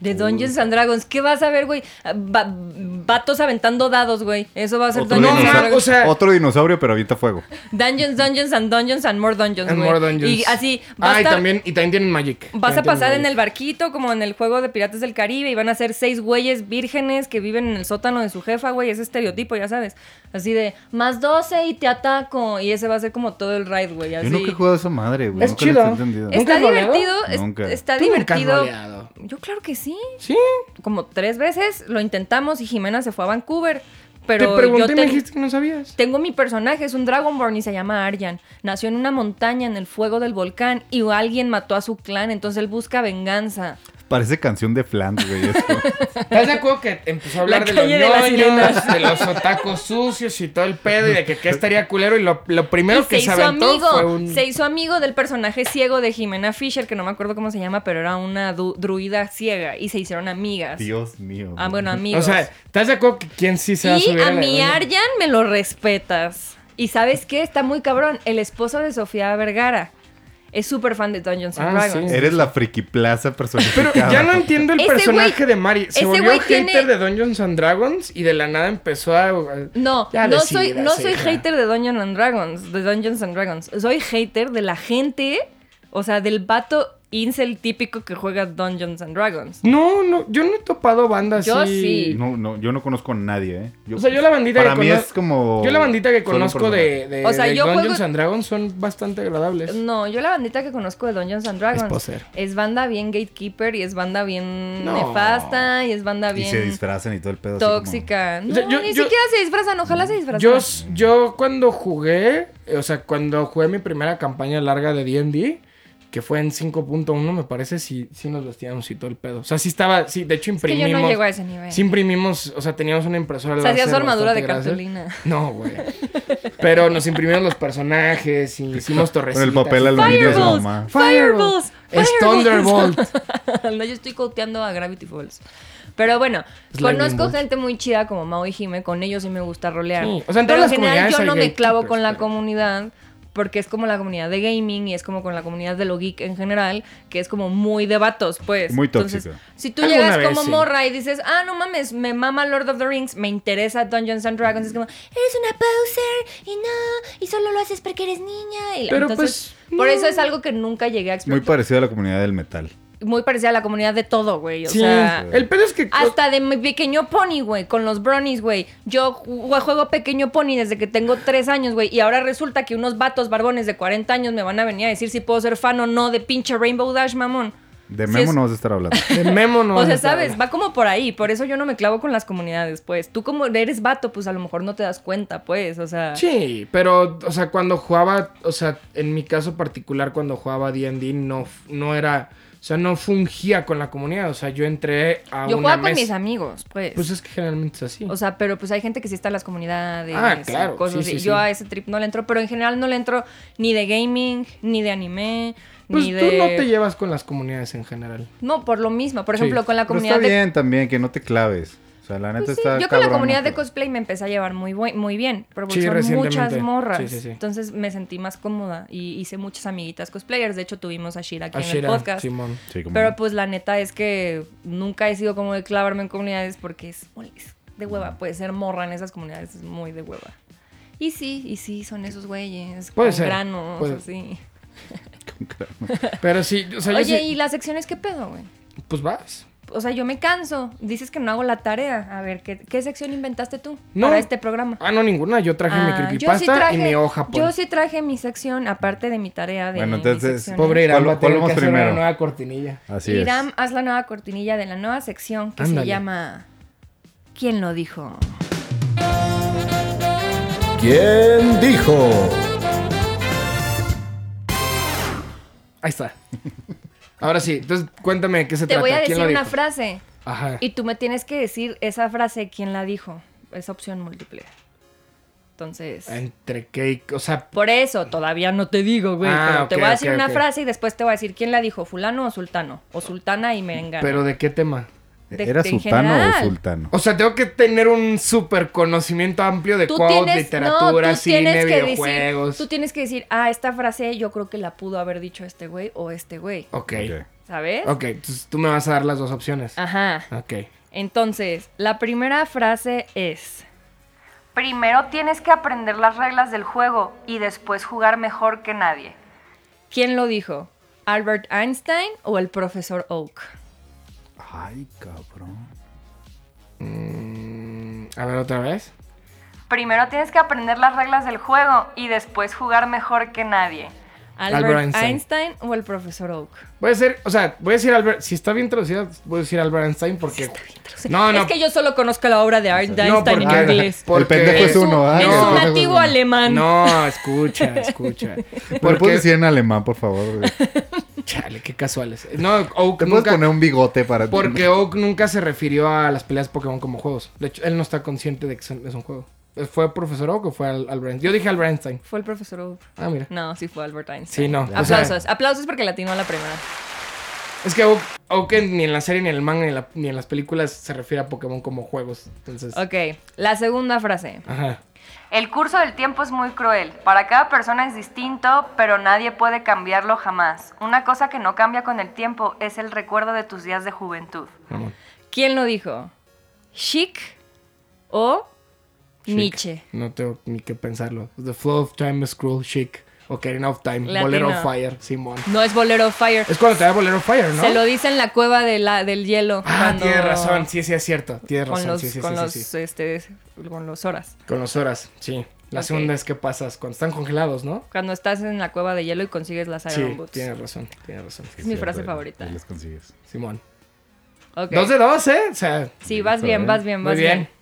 S2: De Dungeons and Dragons. ¿Qué vas a ver, güey? Va- vatos aventando dados, güey. Eso va a ser
S4: Otro
S2: Dungeons and
S3: dinosaurio.
S2: Dragons.
S3: No, o sea-
S4: Otro dinosaurio, pero avienta fuego.
S2: Dungeons, Dungeons and Dungeons and More Dungeons,
S3: And
S2: güey.
S3: more dungeons.
S2: Y así vas a
S3: Ah, y
S2: estar-
S3: también, y también tienen Magic.
S2: Vas a
S3: También tienen
S2: pasar en el
S3: Magic.
S2: barquito, como en el juego de Piratas del Caribe, y van a ser seis güeyes vírgenes que viven en el sótano de su jefa, güey. Ese estereotipo, ya sabes. Así de, más 12 y te ataco. Y ese va a ser como todo el ride, güey. Así.
S4: Yo nunca he jugado a esa madre, güey.
S3: Es
S4: nunca lo he
S3: chido.
S4: entendido.
S3: Es-
S2: Está
S3: ¿Nunca has roleado?
S2: divertido. es-
S4: Nunca.
S2: Está
S3: Tú nunca has
S2: divertido.
S3: roleado.
S2: Yo claro que sí.
S3: Sí.
S2: Como tres veces lo intentamos y Jimena se fue a Vancouver. Pero
S3: te pregunté
S2: yo
S3: y me
S2: ten-
S3: dijiste que no sabías.
S2: tengo mi personaje, es un Dragonborn y se llama Aryan. Nació en una montaña en el fuego del volcán y alguien mató a su clan, entonces él busca venganza.
S4: Parece canción de Flans, güey. eso.
S3: ¿Estás de acuerdo que empezó a hablar
S2: La
S3: de los
S2: calle de las
S3: ñoños, de, los otacos sucios y todo el pedo y de que qué estaría culero? Y lo, lo primero
S2: Y
S3: que
S2: se
S3: se,
S2: hizo
S3: aventó
S2: amigo,
S3: fue un...
S2: se hizo amigo del personaje ciego de Jimena Fisher, que no me acuerdo cómo se llama, pero era una du- druida ciega y se hicieron amigas.
S4: Dios mío.
S2: Ah, bueno, amigos.
S3: O sea, ¿estás de acuerdo que quién sí se va a
S2: Y
S3: subir
S2: a
S3: la-
S2: mi Arjan me lo respetas. Y sabes qué, está muy cabrón. El esposo de Sofía Vergara. es súper fan de Dungeons and
S3: Ah,
S2: Dragons.
S3: sí.
S4: Eres la friki plaza
S3: Pero
S4: personificada.
S3: ya no entiendo el
S2: Ese
S3: personaje
S2: güey-
S3: de Mari. Se
S2: ese
S3: volvió
S2: güey
S3: hater
S2: tiene-
S3: de Dungeons and Dragons y de la nada empezó a.
S2: No,
S3: Ya
S2: no
S3: decidirás,
S2: soy, no soy
S3: hija.
S2: hater de Dungeons and Dragons, de Dungeons and Dragons. Soy hater de la gente, o sea, del vato incel típico que juega Dungeons and Dragons.
S3: No, no, yo no he topado bandas
S2: Yo
S3: así.
S2: sí.
S4: No, no, yo no conozco a nadie, ¿eh?
S3: O sea, yo la bandita
S4: Para
S3: que
S4: mí
S3: cono-
S4: es como...
S3: Yo la bandita que
S4: solo un
S3: conozco de, de-
S2: O sea,
S3: de
S2: yo
S3: Dungeons
S2: juego-
S3: and Dragons son bastante agradables.
S2: No, yo la bandita que conozco de Dungeons and Dragons
S3: poser.
S2: es banda bien gatekeeper y es banda bien
S3: No.
S2: nefasta y es banda
S4: personaje. Y se
S2: bien
S4: disfrazan y todo el pedo. así como-
S2: tóxica. No,
S3: O sea, yo-
S2: ni
S3: yo-
S2: siquiera se disfrazan, ojalá se disfrazan.
S3: Yo, yo cuando jugué, o sea, cuando jugué mi primera campaña larga de D&D, que fue en 5.1, me parece, sí, sí nos vestíamos y todo el pedo. O sea, sí estaba, sí, de hecho
S2: es que yo
S3: imprimimos...
S2: no llego a ese nivel.
S3: Sí imprimimos, o sea, teníamos una impresora
S2: O sea, hacía
S3: láser
S2: su armadura
S3: bastante
S2: de
S3: grande.
S2: cartulina.
S3: No, güey. Pero nos imprimieron los personajes y hicimos
S4: Con
S3: torrecitas.
S4: el papel aluminio de su
S2: Fireballs.
S4: mamá.
S2: Fireballs.
S3: Es
S2: Fireballs.
S3: Thunderbolt.
S2: no, yo estoy coteando a Gravity Falls. Pero bueno,
S3: Es Lightning
S2: conozco
S3: Bolt.
S2: gente muy chida como Mao y Jime, con ellos sí me gusta rolear.
S3: Sí, o sea, en todas
S2: pero
S3: las
S2: en general
S3: comunidades
S2: yo
S3: hay
S2: no me clavo
S3: gatekeepers,
S2: con la
S3: pero-
S2: comunidad porque es como la comunidad de gaming y es como con la comunidad de lo geek en general, que es como muy de vatos, pues.
S4: Muy
S2: Entonces,
S4: tóxica.
S2: si tú
S3: Alguna
S2: llegas
S3: vez,
S2: como
S3: sí.
S2: morra y dices, ah, no mames, me mama Lord of the Rings, me interesa Dungeons and Dragons, es como, eres una poser y no, y solo lo haces porque eres niña. Y
S3: Pero,
S2: entonces,
S3: pues,
S2: por
S3: no.
S2: eso es algo que nunca llegué a
S4: Muy
S2: explotar
S4: parecido a la comunidad del metal.
S2: muy parecida a la comunidad de todo, güey. O
S3: Sí,
S2: sea,
S3: el pedo es que...
S2: hasta de mi pequeño pony, güey, con los bronies, güey. Yo ju- juego pequeño pony desde que tengo tres años, güey. Y ahora resulta que unos vatos barbones de 40 años me van a venir a decir si puedo ser fan o no de pinche Rainbow Dash, mamón.
S4: De
S2: Sí,
S4: Memo
S2: es-
S4: no vas a estar hablando.
S3: De Memo no
S2: o sea,
S3: nos habla.
S2: sabes, va como por ahí. Por eso yo no me clavo con las comunidades, pues. Tú como eres vato, pues a lo mejor no te das cuenta, pues. O sea,
S3: Sí, pero, o sea, cuando jugaba, o sea, en mi caso particular, cuando jugaba D&D, no, f- no era, o sea, no fungía con la comunidad, o sea, yo entré a
S2: yo
S3: una
S2: juego con
S3: mesa-
S2: mis amigos, pues.
S3: Pues es que generalmente es así.
S2: O sea, pero pues hay gente que sí está en las comunidades.
S3: Ah,
S2: y
S3: claro,
S2: Cosas
S3: sí,
S2: así.
S3: sí, sí.
S2: Yo a ese trip no le entro, pero en general no le entro ni de gaming, ni de anime,
S3: pues
S2: ni
S3: tú
S2: de.
S3: no te llevas con las comunidades en general.
S2: No, por lo mismo. Por
S3: Sí.
S2: ejemplo, con la
S4: Pero está
S2: comunidad de.
S4: bien también, que no te claves. O sea, la neta
S2: Pues sí,
S4: está
S2: yo con la
S4: cabrón,
S2: comunidad
S4: ¿no?
S2: de cosplay me empecé a llevar muy, buen- muy bien, pero
S3: Sí,
S2: son
S3: recientemente.
S2: muchas morras.
S3: Sí, sí, sí.
S2: Entonces me sentí más cómoda y hice muchas amiguitas cosplayers. De hecho, tuvimos a Shira aquí en el
S3: Ashira,
S2: podcast.
S3: Simón.
S4: Sí, como-
S2: Pero pues la neta es que nunca he sido como de clavarme en comunidades porque es, es de hueva. Puede ser morra en esas comunidades, es muy de hueva. Y sí, y sí, son esos güeyes.
S3: Puede
S2: con
S3: ser,
S2: granos,
S3: puede-
S2: así.
S3: Pero sí, o sea, yo
S2: Oye,
S3: sí-
S2: ¿y las secciones qué pedo, güey?
S3: pues vas.
S2: O sea, yo me canso. Dices que no hago la tarea. A ver, ¿qué, qué sección inventaste tú
S3: No.
S2: para este programa?
S3: Ah, no, ninguna, yo traje mi
S2: Ah, yo sí
S3: creepypasta
S2: traje-
S3: y mi hoja. pues. Paul.
S2: Yo sí traje mi sección, aparte de mi tarea de
S4: Bueno,
S2: mis
S4: entonces,
S2: secciones.
S3: Pobre Irán,
S4: ¿Cuál-
S3: va a tener
S4: cuál vamos
S3: que hacer una
S4: primero?
S3: nueva cortinilla.
S4: Así es.
S2: Iram, haz la nueva cortinilla de la nueva sección que se
S3: Ándale.
S2: llama ¿Quién lo dijo?
S1: ¿Quién dijo?
S3: Ahí está. Ahora sí, entonces cuéntame de qué se
S2: Te
S3: trata.
S2: voy a
S3: ¿Quién
S2: decir
S3: lo
S2: una
S3: dijo?
S2: frase
S3: Ajá.
S2: y tú me tienes que decir esa frase quién la dijo. Es opción múltiple. Entonces,
S3: Entre qué, o sea,
S2: por eso todavía no te digo, güey.
S3: Ah,
S2: pero te
S3: ok,
S2: voy a decir
S3: ok,
S2: una
S3: ok.
S2: frase y después te voy a decir quién la dijo, fulano o sultano. O sultana y merengana.
S3: pero de qué tema?
S2: de-
S4: ¿Era
S2: de en
S4: sultano
S2: general.
S4: o sultano?
S3: O sea, tengo que tener un súper conocimiento amplio de
S2: Tú
S3: quotes,
S2: tienes,
S3: literatura,
S2: no, tú tienes
S3: cine,
S2: que decir-
S3: videojuegos.
S2: tú tienes que decir, ah, esta frase yo creo que la pudo haber dicho este güey o este güey.
S3: Ok.
S4: Ok.
S2: ¿Sabes?
S3: Ok, entonces tú me vas a dar las dos opciones.
S2: Ajá.
S3: Ok.
S2: Entonces, la primera frase es... Primero tienes que aprender las reglas del juego y después jugar mejor que nadie. ¿Quién lo dijo? ¿Albert Einstein o el profesor Oak?
S4: Ay, cabrón.
S3: Mm, a ver, otra vez.
S2: Primero tienes que aprender las reglas del juego y después jugar mejor que nadie. Albert,
S3: Albert Einstein.
S2: Einstein o el profesor Oak.
S3: Voy a decir, o sea, voy a decir Albert, si está bien traducida, voy a decir Albert Einstein porque... No, no.
S2: Es que yo solo conozco la obra de Art
S3: no,
S2: Einstein
S3: porque-
S2: en inglés.
S3: porque-
S4: El pendejo es
S2: un-
S4: uno. ah,
S2: es
S4: no.
S2: un nativo alemán.
S3: No, escucha, escucha.
S4: ¿Me lo
S3: Porque,
S4: puedes decir en alemán, por favor? güey?
S3: chale, qué casuales. No, Oak
S4: ¿Te puedes
S3: nunca...
S4: poner un bigote para ti?
S3: Porque Oak nunca se refirió a las peleas Pokémon como juegos. De hecho, él no está consciente de que son- es un juego. ¿Fue profesor Oak o fue Al- Albert Einstein? Yo dije Albert Einstein.
S2: Fue el profesor Oak.
S3: Ah, mira.
S2: No, sí fue Albert Einstein.
S3: Sí, no.
S2: Aplausos.
S3: O
S2: Aplausos porque latino a la primera.
S3: Es que Oak, Oak en- ni en la serie, ni en el manga, ni en, la- ni en las películas se refiere a Pokémon como juegos. Entonces.
S2: Ok, la segunda frase.
S3: Ajá.
S2: El curso del tiempo es muy cruel. Para cada persona es distinto, pero nadie puede cambiarlo jamás. Una cosa que no cambia con el tiempo es el recuerdo de tus días de juventud. ¿Quién lo dijo? ¿Chic o
S3: Chic.
S2: Nietzsche?
S3: No tengo ni que pensarlo. The Flow of Time, Scroll, Chic, Ocarina of Time,
S2: Latino.
S3: Bolero of Fire, Simón.
S2: No es Bolero of Fire.
S3: Es cuando te da Bolero of Fire, ¿no?
S2: Se lo dice en la cueva de la, del hielo.
S3: Ah,
S2: cuando-
S3: tienes razón. Sí, sí, es cierto. Tienes
S2: Con
S3: razón.
S2: los,
S3: sí, sí,
S2: con
S3: sí,
S2: los,
S3: sí, sí.
S2: este, con los horas.
S3: Con las horas, sí. La
S2: Ok.
S3: segunda es que pasas cuando están congelados, ¿no?
S2: Cuando estás en la cueva de hielo y consigues las Iron
S3: Sí,
S2: Boots.
S3: tienes razón, tienes razón.
S2: Es mi frase favorita.
S4: los consigues.
S3: Simón.
S2: Ok.
S3: Dos de dos, ¿eh? O sea,
S2: Sí, vas bien, vas bien,
S3: Muy
S2: vas
S3: bien.
S2: bien.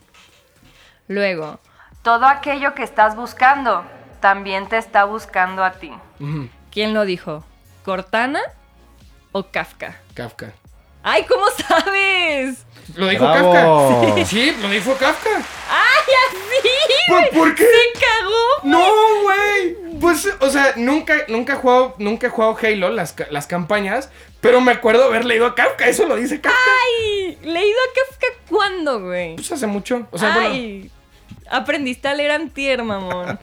S2: Luego. Todo aquello que estás buscando también te está buscando a ti.
S3: ujú,
S2: ¿Quién lo dijo? ¿Cortana o Kafka?
S3: Kafka.
S2: ¡Ay, cómo sabes!
S3: ¿Lo dijo
S4: ¡Bravo!
S3: Kafka? Sí, lo dijo Kafka.
S2: ¡Ay, así!
S3: ¿Por, por qué?
S2: ¡Se cagó!
S3: No, güey. Pues, o sea, nunca, nunca he jugado, nunca he jugado Halo, las, ca- las campañas, pero me acuerdo haber leído a Kafka, eso lo dice Kafka.
S2: ¡Ay! ¿Leído a Kafka cuándo, güey?
S3: Pues hace mucho. O sea, bueno,
S2: ¡Ay! Aprendiste a leer antier, mamón.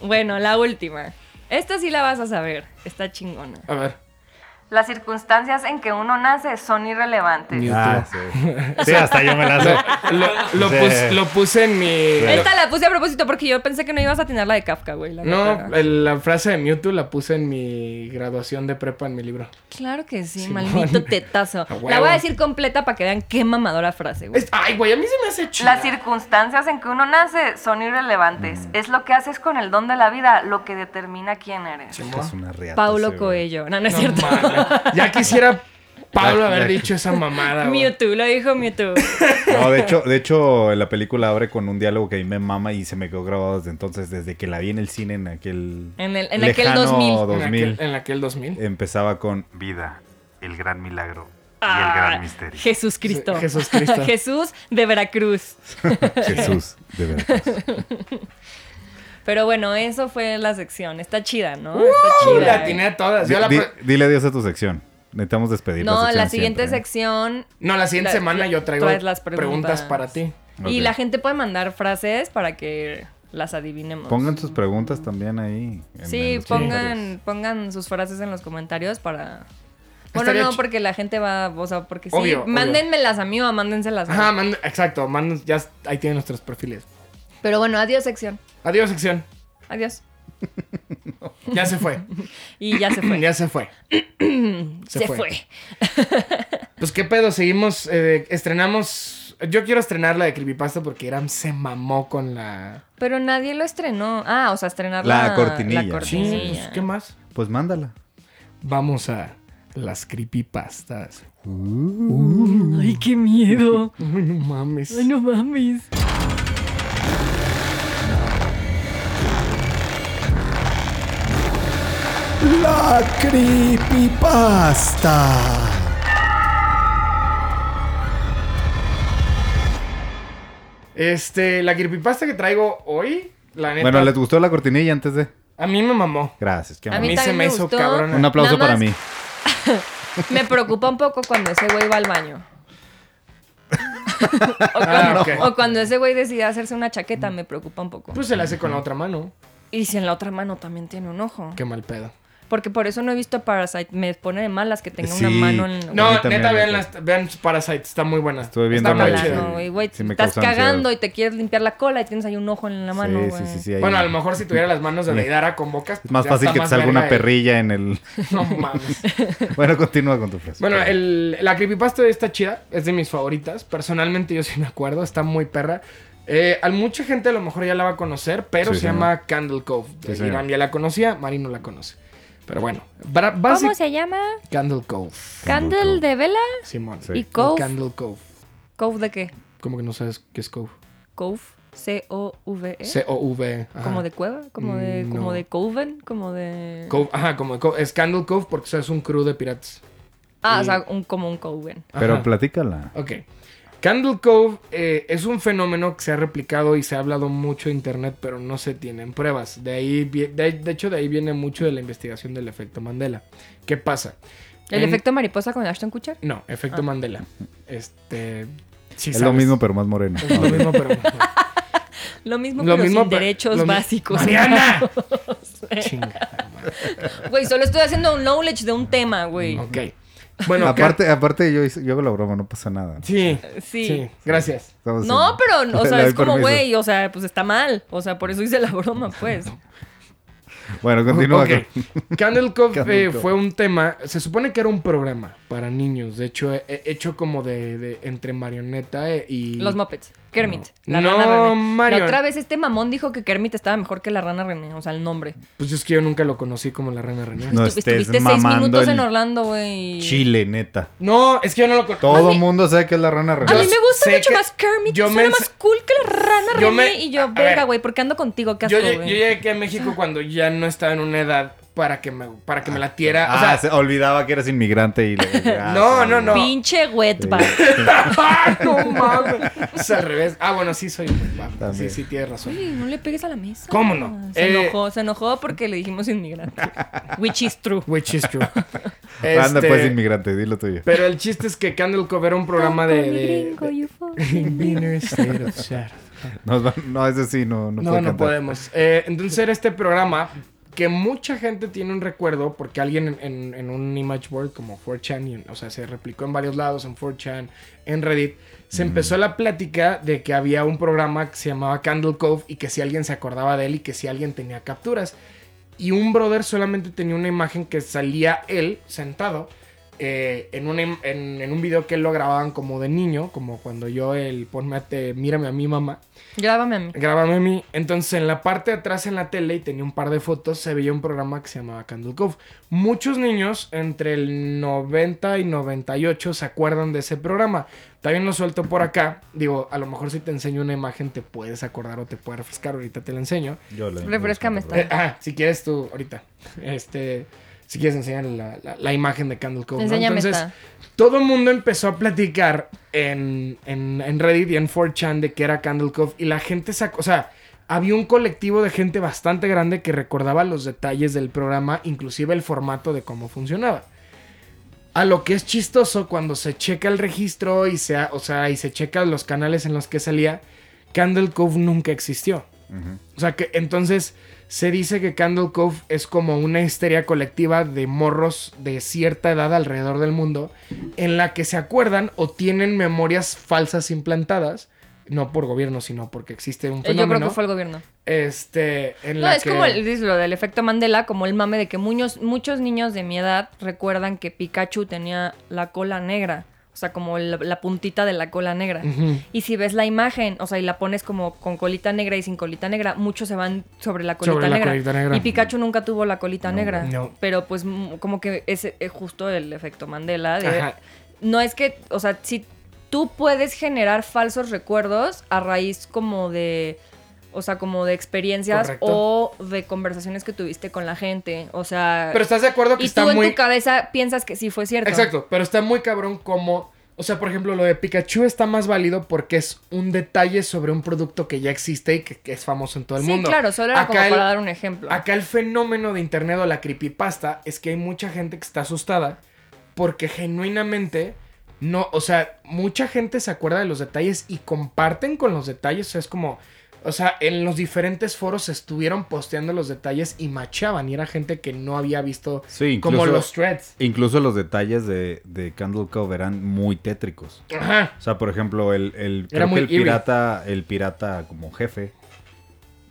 S2: bueno, la última. Esta sí la vas a saber. Está chingona.
S3: a ver.
S2: Las circunstancias en que uno nace son irrelevantes.
S3: Ni-
S4: Ah, sí. Sí, hasta yo me la sé.
S3: Lo, lo
S4: Sí.
S3: pus- lo puse en mi. lo-
S2: Esta la puse a propósito porque yo pensé que no ibas a tener la de Kafka, güey. la
S3: no,
S2: neta.
S3: el- la frase de Mewtwo la puse en mi graduación de prepa en mi libro.
S2: Claro que sí,
S3: Simón.
S2: maldito tetazo.
S3: huevo.
S2: La voy a decir completa para que vean qué mamadora frase, güey.
S3: Es- ay, güey, a mí se me hace chido.
S2: Las circunstancias en que uno nace son
S3: Mm.
S2: irrelevantes. Es lo que haces con el don de la vida lo que determina quién eres.
S4: Es una reata
S2: Paulo
S4: ese, güey.
S2: Coelho. No, no es
S3: No
S2: cierto.
S3: mames. Ya quisiera Pablo
S4: Ya-
S3: haber
S4: ya-
S3: dicho esa mamada. güey.
S2: Mewtwo, lo dijo Mewtwo.
S4: No, de hecho, de hecho, la película abre con un diálogo que a mí me mama y se me quedó grabado desde entonces, desde que la vi en el cine en aquel.
S2: En el- en aquel
S4: lejano
S2: 2000.
S3: En aquel,
S4: 2000,
S3: en aquel
S2: Eh,
S3: 2000.
S4: Empezaba con.
S7: Vida, el gran milagro y
S2: Ah,
S7: el gran misterio.
S2: Jesús Cristo.
S3: Sí, Jesús Cristo.
S2: Jesús de Veracruz.
S4: Jesús, de verdad.
S2: Pero bueno, eso fue la sección. Está chida, ¿no? Está chida.
S3: la
S2: eh.
S3: atiné a todas. Yo la
S4: Di-
S3: pro-
S4: di- dile adiós a tu sección. Necesitamos despedir.
S2: No, la
S4: sección
S2: siguiente
S4: siempre, ¿eh?
S2: sección.
S3: no, la siguiente
S2: la-
S3: semana yo traigo
S2: traes las
S3: preguntas.
S2: preguntas.
S3: para ti.
S2: Y
S4: Ok.
S2: la gente puede mandar frases para que las adivinemos.
S4: Pues, Pongan sus preguntas también ahí. en- en
S2: Sí,
S4: los comentarios.
S2: pongan, pongan sus frases en los comentarios para. Bueno,
S3: Estaría
S2: no,
S3: chi-
S2: porque la gente va, o sea, porque sí.
S3: Obvio, obvio.
S2: Mándenmelas a mí o mándenselas. a mí.
S3: Ajá, manda- exacto. manda- ya s- ahí tienen nuestros perfiles.
S2: Pero bueno, adiós sección.
S3: Adiós, sección.
S2: Adiós.
S3: Ya se fue.
S2: Y ya se fue.
S3: ya se fue.
S2: se,
S3: se fue.
S2: fue.
S3: Pues qué pedo, seguimos. eh, estrenamos. Yo quiero estrenar la de Creepypasta porque Iram se mamó con la.
S2: Pero nadie lo estrenó. Ah, o sea, estrenar
S4: La
S2: la,
S4: cortinilla.
S2: la
S3: Sí,
S2: cortinilla.
S3: pues, ¿qué más?
S4: Pues mándala.
S3: Vamos a las creepypastas.
S2: Ay, qué miedo.
S3: Ay, no mames.
S2: Ay, no mames.
S1: La creepypasta.
S3: Este, la creepypasta que traigo hoy, la neta.
S4: Bueno, ¿les gustó la cortinilla antes de?
S3: A mí me mamó.
S4: Gracias. qué
S2: A
S3: A
S2: mí
S3: mí
S4: amable.
S3: se
S2: también
S3: me
S2: me
S3: hizo
S2: gustó.
S3: cabrón.
S4: Un aplauso
S2: Nada
S4: para
S2: más.
S4: mí.
S2: Me preocupa un poco cuando ese güey va al baño. o, cuando,
S3: Ah, ok.
S2: o cuando ese güey decide hacerse una chaqueta, me preocupa un poco.
S3: Pues se la hace con la otra mano.
S2: Y si en la otra mano también tiene un ojo.
S3: Qué mal pedo.
S2: Porque por eso no he visto Parasite. Me pone de malas que tenga una
S4: Sí.
S2: mano en...
S3: No,
S4: mí también,
S3: neta, vean,
S4: neta.
S3: las, vean Parasite, está muy buena.
S4: Estuve viendo
S3: está
S2: Está
S3: muy
S4: la-
S2: mala,
S3: chida.
S2: no, güey, güey.
S4: Sí me
S2: estás
S4: causa ansiedad.
S2: cagando y te quieres limpiar la cola y tienes ahí un ojo en la mano,
S4: Sí,
S2: güey.
S4: sí, sí, sí, ahí.
S3: Bueno, a lo mejor si tuviera las manos de Deidara con bocas. pues
S4: Es más fácil que te salga una perrilla en el.
S3: No mames.
S4: Bueno, continúa con tu frase.
S3: Bueno, el, la creepypasta está chida, es de mis favoritas. Personalmente yo sí me acuerdo, está muy perra. Eh, a mucha gente a lo mejor ya la va a conocer, pero
S4: Sí,
S3: se
S4: señor.
S3: llama Candle Cove.
S4: Sí,
S3: Eh,
S4: señor.
S3: Irán ya la conocía, Mari no la conoce. Pero bueno, bra-
S2: ¿Cómo
S3: basic
S2: se llama?
S3: Candle Cove,
S2: ¿Candle de vela?
S3: Simón.
S4: Sí.
S2: ¿Y
S4: El
S2: Cove?
S3: Candle Cove.
S2: ¿Cove de qué?
S3: ¿Cómo que no sabes qué es Cove?
S2: Cove. C-O-V-E.
S3: C-O-V. ajá.
S2: E. ¿Eh?
S4: ah.
S2: Como de cueva, como de,
S3: Mm,
S2: como
S3: no.
S2: de coven, como de...
S3: Cove, ajá, como de Cove. Es Candle Cove porque es un crew de piratas.
S2: Ah, o sea, un, como un coven.
S4: Pero
S3: Ajá.
S4: platícala.
S3: Ok. Candle Cove eh, es un fenómeno que se ha replicado y se ha hablado mucho en internet, pero no se tienen pruebas. De ahí, vi- de, de hecho, de ahí viene mucho de la investigación del efecto Mandela. ¿Qué pasa?
S2: ¿El
S3: En-
S2: efecto Ah. mariposa con Ashton Kutcher?
S3: No, efecto Mandela. Este. sí
S4: es lo
S3: sabes.
S4: mismo, pero más moreno.
S3: Es lo mismo, pero.
S2: Lo mismo,
S3: Lo
S2: pero
S3: mismo,
S2: sin
S3: pero-
S2: derechos
S3: lo mi-
S2: básicos.
S3: ¡Mariana!
S2: Chinga.
S3: Chinga.
S2: Güey, solo estoy haciendo un knowledge de un tema, güey.
S3: Ok. Bueno, acá-
S4: aparte, aparte yo, hice- yo hago la broma, no pasa nada.
S3: Sí,
S2: Sí.
S3: sí. gracias.
S4: Estamos
S2: No,
S4: en-
S2: pero, o
S4: le
S2: sea,
S4: doy
S2: es como,
S4: permiso.
S2: güey, o sea, pues está mal. O sea, por eso hice la broma, pues.
S4: Bueno, continúa.
S3: Ok. Candle Cove
S4: Candle
S3: eh,
S4: Cove.
S3: fue un tema. Se supone que era un programa para niños. De hecho, eh, eh, hecho como de, de- entre marioneta eh, y.
S2: Los Muppets. Kermit. La
S3: No,
S2: rana René.
S3: Mario.
S2: La otra vez este mamón dijo que Kermit estaba mejor que la rana René. O sea, el nombre.
S3: Pues es que yo nunca lo conocí como la rana René. No,
S4: No
S2: Estu-
S4: estés
S2: Estuviste seis
S4: mamando
S2: minutos
S4: el
S2: en Orlando, güey.
S4: Chile, neta.
S3: es que yo no lo conozco.
S4: Todo mundo sabe que es la rana
S2: A mí
S4: real.
S3: Yo
S2: me gusta
S3: sé
S2: mucho
S3: que-
S2: más Kermit.
S3: yo
S2: Suena
S3: me-
S2: más cool que la rana
S3: Yo
S2: René.
S3: me-
S2: Y
S3: a-
S2: yo,
S3: a
S2: verga,
S3: ver.
S2: güey, ¿por qué ando contigo? Qué asco,
S3: Yo, lle- yo
S2: güey.
S3: llegué aquí a México cuando ya no estaba en una edad para que me, para que me la tiera.
S4: Ah,
S3: o sea,
S4: se olvidaba que eras inmigrante y le- ah,
S3: No,
S4: sí.
S3: no, no.
S2: Pinche wetback.
S3: ¡Ah, no mames. Es al revés. Ah, bueno, sí soy. va, Sí,
S4: También.
S3: sí, tienes razón.
S2: Güey, no le pegues a la mesa.
S3: ¿Cómo no?
S2: Se
S3: Eh,
S2: enojó, se enojó porque le dijimos inmigrante. Which is true.
S3: Which is true.
S4: Anda,
S3: Este,
S4: pues inmigrante, dilo tuyo.
S3: Pero el chiste es que Candle Cove era un programa de. de- Inner State of Shadow.
S4: Nos va- no, ese sí, no,
S3: No,
S4: no, puedo
S3: no
S4: cantar.
S3: podemos. Eh, entonces era este programa que mucha gente tiene un recuerdo porque alguien en, en- en un image board como 4chan, y en- o sea, se replicó en varios lados, en 4chan, en Reddit, se empezó la plática de que había un programa que se llamaba Candle Cove y que si alguien se acordaba de él y que si alguien tenía capturas. Y un brother solamente tenía una imagen que salía él sentado eh, en, un, en, en un video que lo grababan como de niño, como cuando yo el ponme a te, mírame a mi mamá.
S2: Llámame a mí.
S3: Grábame a mí. Entonces, en la parte de atrás en la tele y tenía un par de fotos, se veía un programa que se llamaba Candle Cove. Muchos niños entre el 90 y 98 se acuerdan de ese programa. También lo suelto por acá. Digo, a lo mejor si te enseño una imagen te puedes acordar o te puede refrescar. Ahorita te la enseño.
S4: Yo le-
S2: Refrescame esta.
S3: Eh, ah, si quieres tú, ahorita. Este, si quieres enseñar la, la- la imagen de Candle Cove. ¿no?
S2: Enséñame
S3: Entonces,
S2: esta.
S3: todo el mundo empezó a platicar en, en, en Reddit y en 4chan de que era Candle Cove y la gente sacó, o sea, había un colectivo de gente bastante grande que recordaba los detalles del programa, inclusive el formato de cómo funcionaba. A lo que es chistoso cuando se checa el registro y se, ha- o sea, y se checa los canales en los que salía, Candle Cove nunca existió. O sea que entonces se dice que Candle Cove es como una histeria colectiva de morros de cierta edad alrededor del mundo en la que se acuerdan o tienen memorias falsas implantadas, no por gobierno, sino porque existe un
S2: Eh, Yo creo
S3: fenómeno.
S2: que fue el gobierno.
S3: Este, en
S2: No,
S3: la
S2: es
S3: que-
S2: como el, dices lo del efecto Mandela, como el mame de que muños- muchos niños de mi edad recuerdan que Pikachu tenía la cola negra. O sea, como la, la puntita de la cola negra.
S3: Ujú.
S2: Y si ves la imagen, o sea, y la pones como con colita negra y sin colita negra, muchos se van sobre la colita,
S3: Sobre la
S2: negra.
S3: colita negra.
S2: Y Pikachu nunca tuvo la colita negra.
S3: No.
S2: Pero pues mm, como que ese es justo el efecto Mandela. de-
S3: Ajá.
S2: no es que, o sea, si tú puedes generar falsos recuerdos a raíz como de, o sea, como de experiencias
S3: Correcto.
S2: o de conversaciones que tuviste con la gente, o sea,
S3: Pero estás de acuerdo que
S2: y
S3: está
S2: tú en
S3: muy
S2: tu cabeza piensas que sí fue cierto.
S3: Exacto, pero está muy cabrón como... O sea, por ejemplo, lo de Pikachu está más válido porque es un detalle sobre un producto que ya existe y que, que es famoso en todo el
S2: sí,
S3: mundo.
S2: claro, solo era como
S3: Acá el-
S2: para dar un ejemplo.
S3: Acá el fenómeno de internet o la creepypasta es que hay mucha gente que está asustada porque genuinamente no, o sea, mucha gente se acuerda de los detalles y comparten con los detalles, o sea, es como, o sea, en los diferentes foros estuvieron posteando los detalles y machaban y era gente que no había visto
S4: Sí, incluso-
S3: como los threads.
S4: Incluso los detalles de, de Candle Cove eran muy tétricos.
S3: Ajá.
S4: O sea, por ejemplo, el, el, creo que
S3: muy
S4: el
S3: eerie.
S4: pirata, el pirata como jefe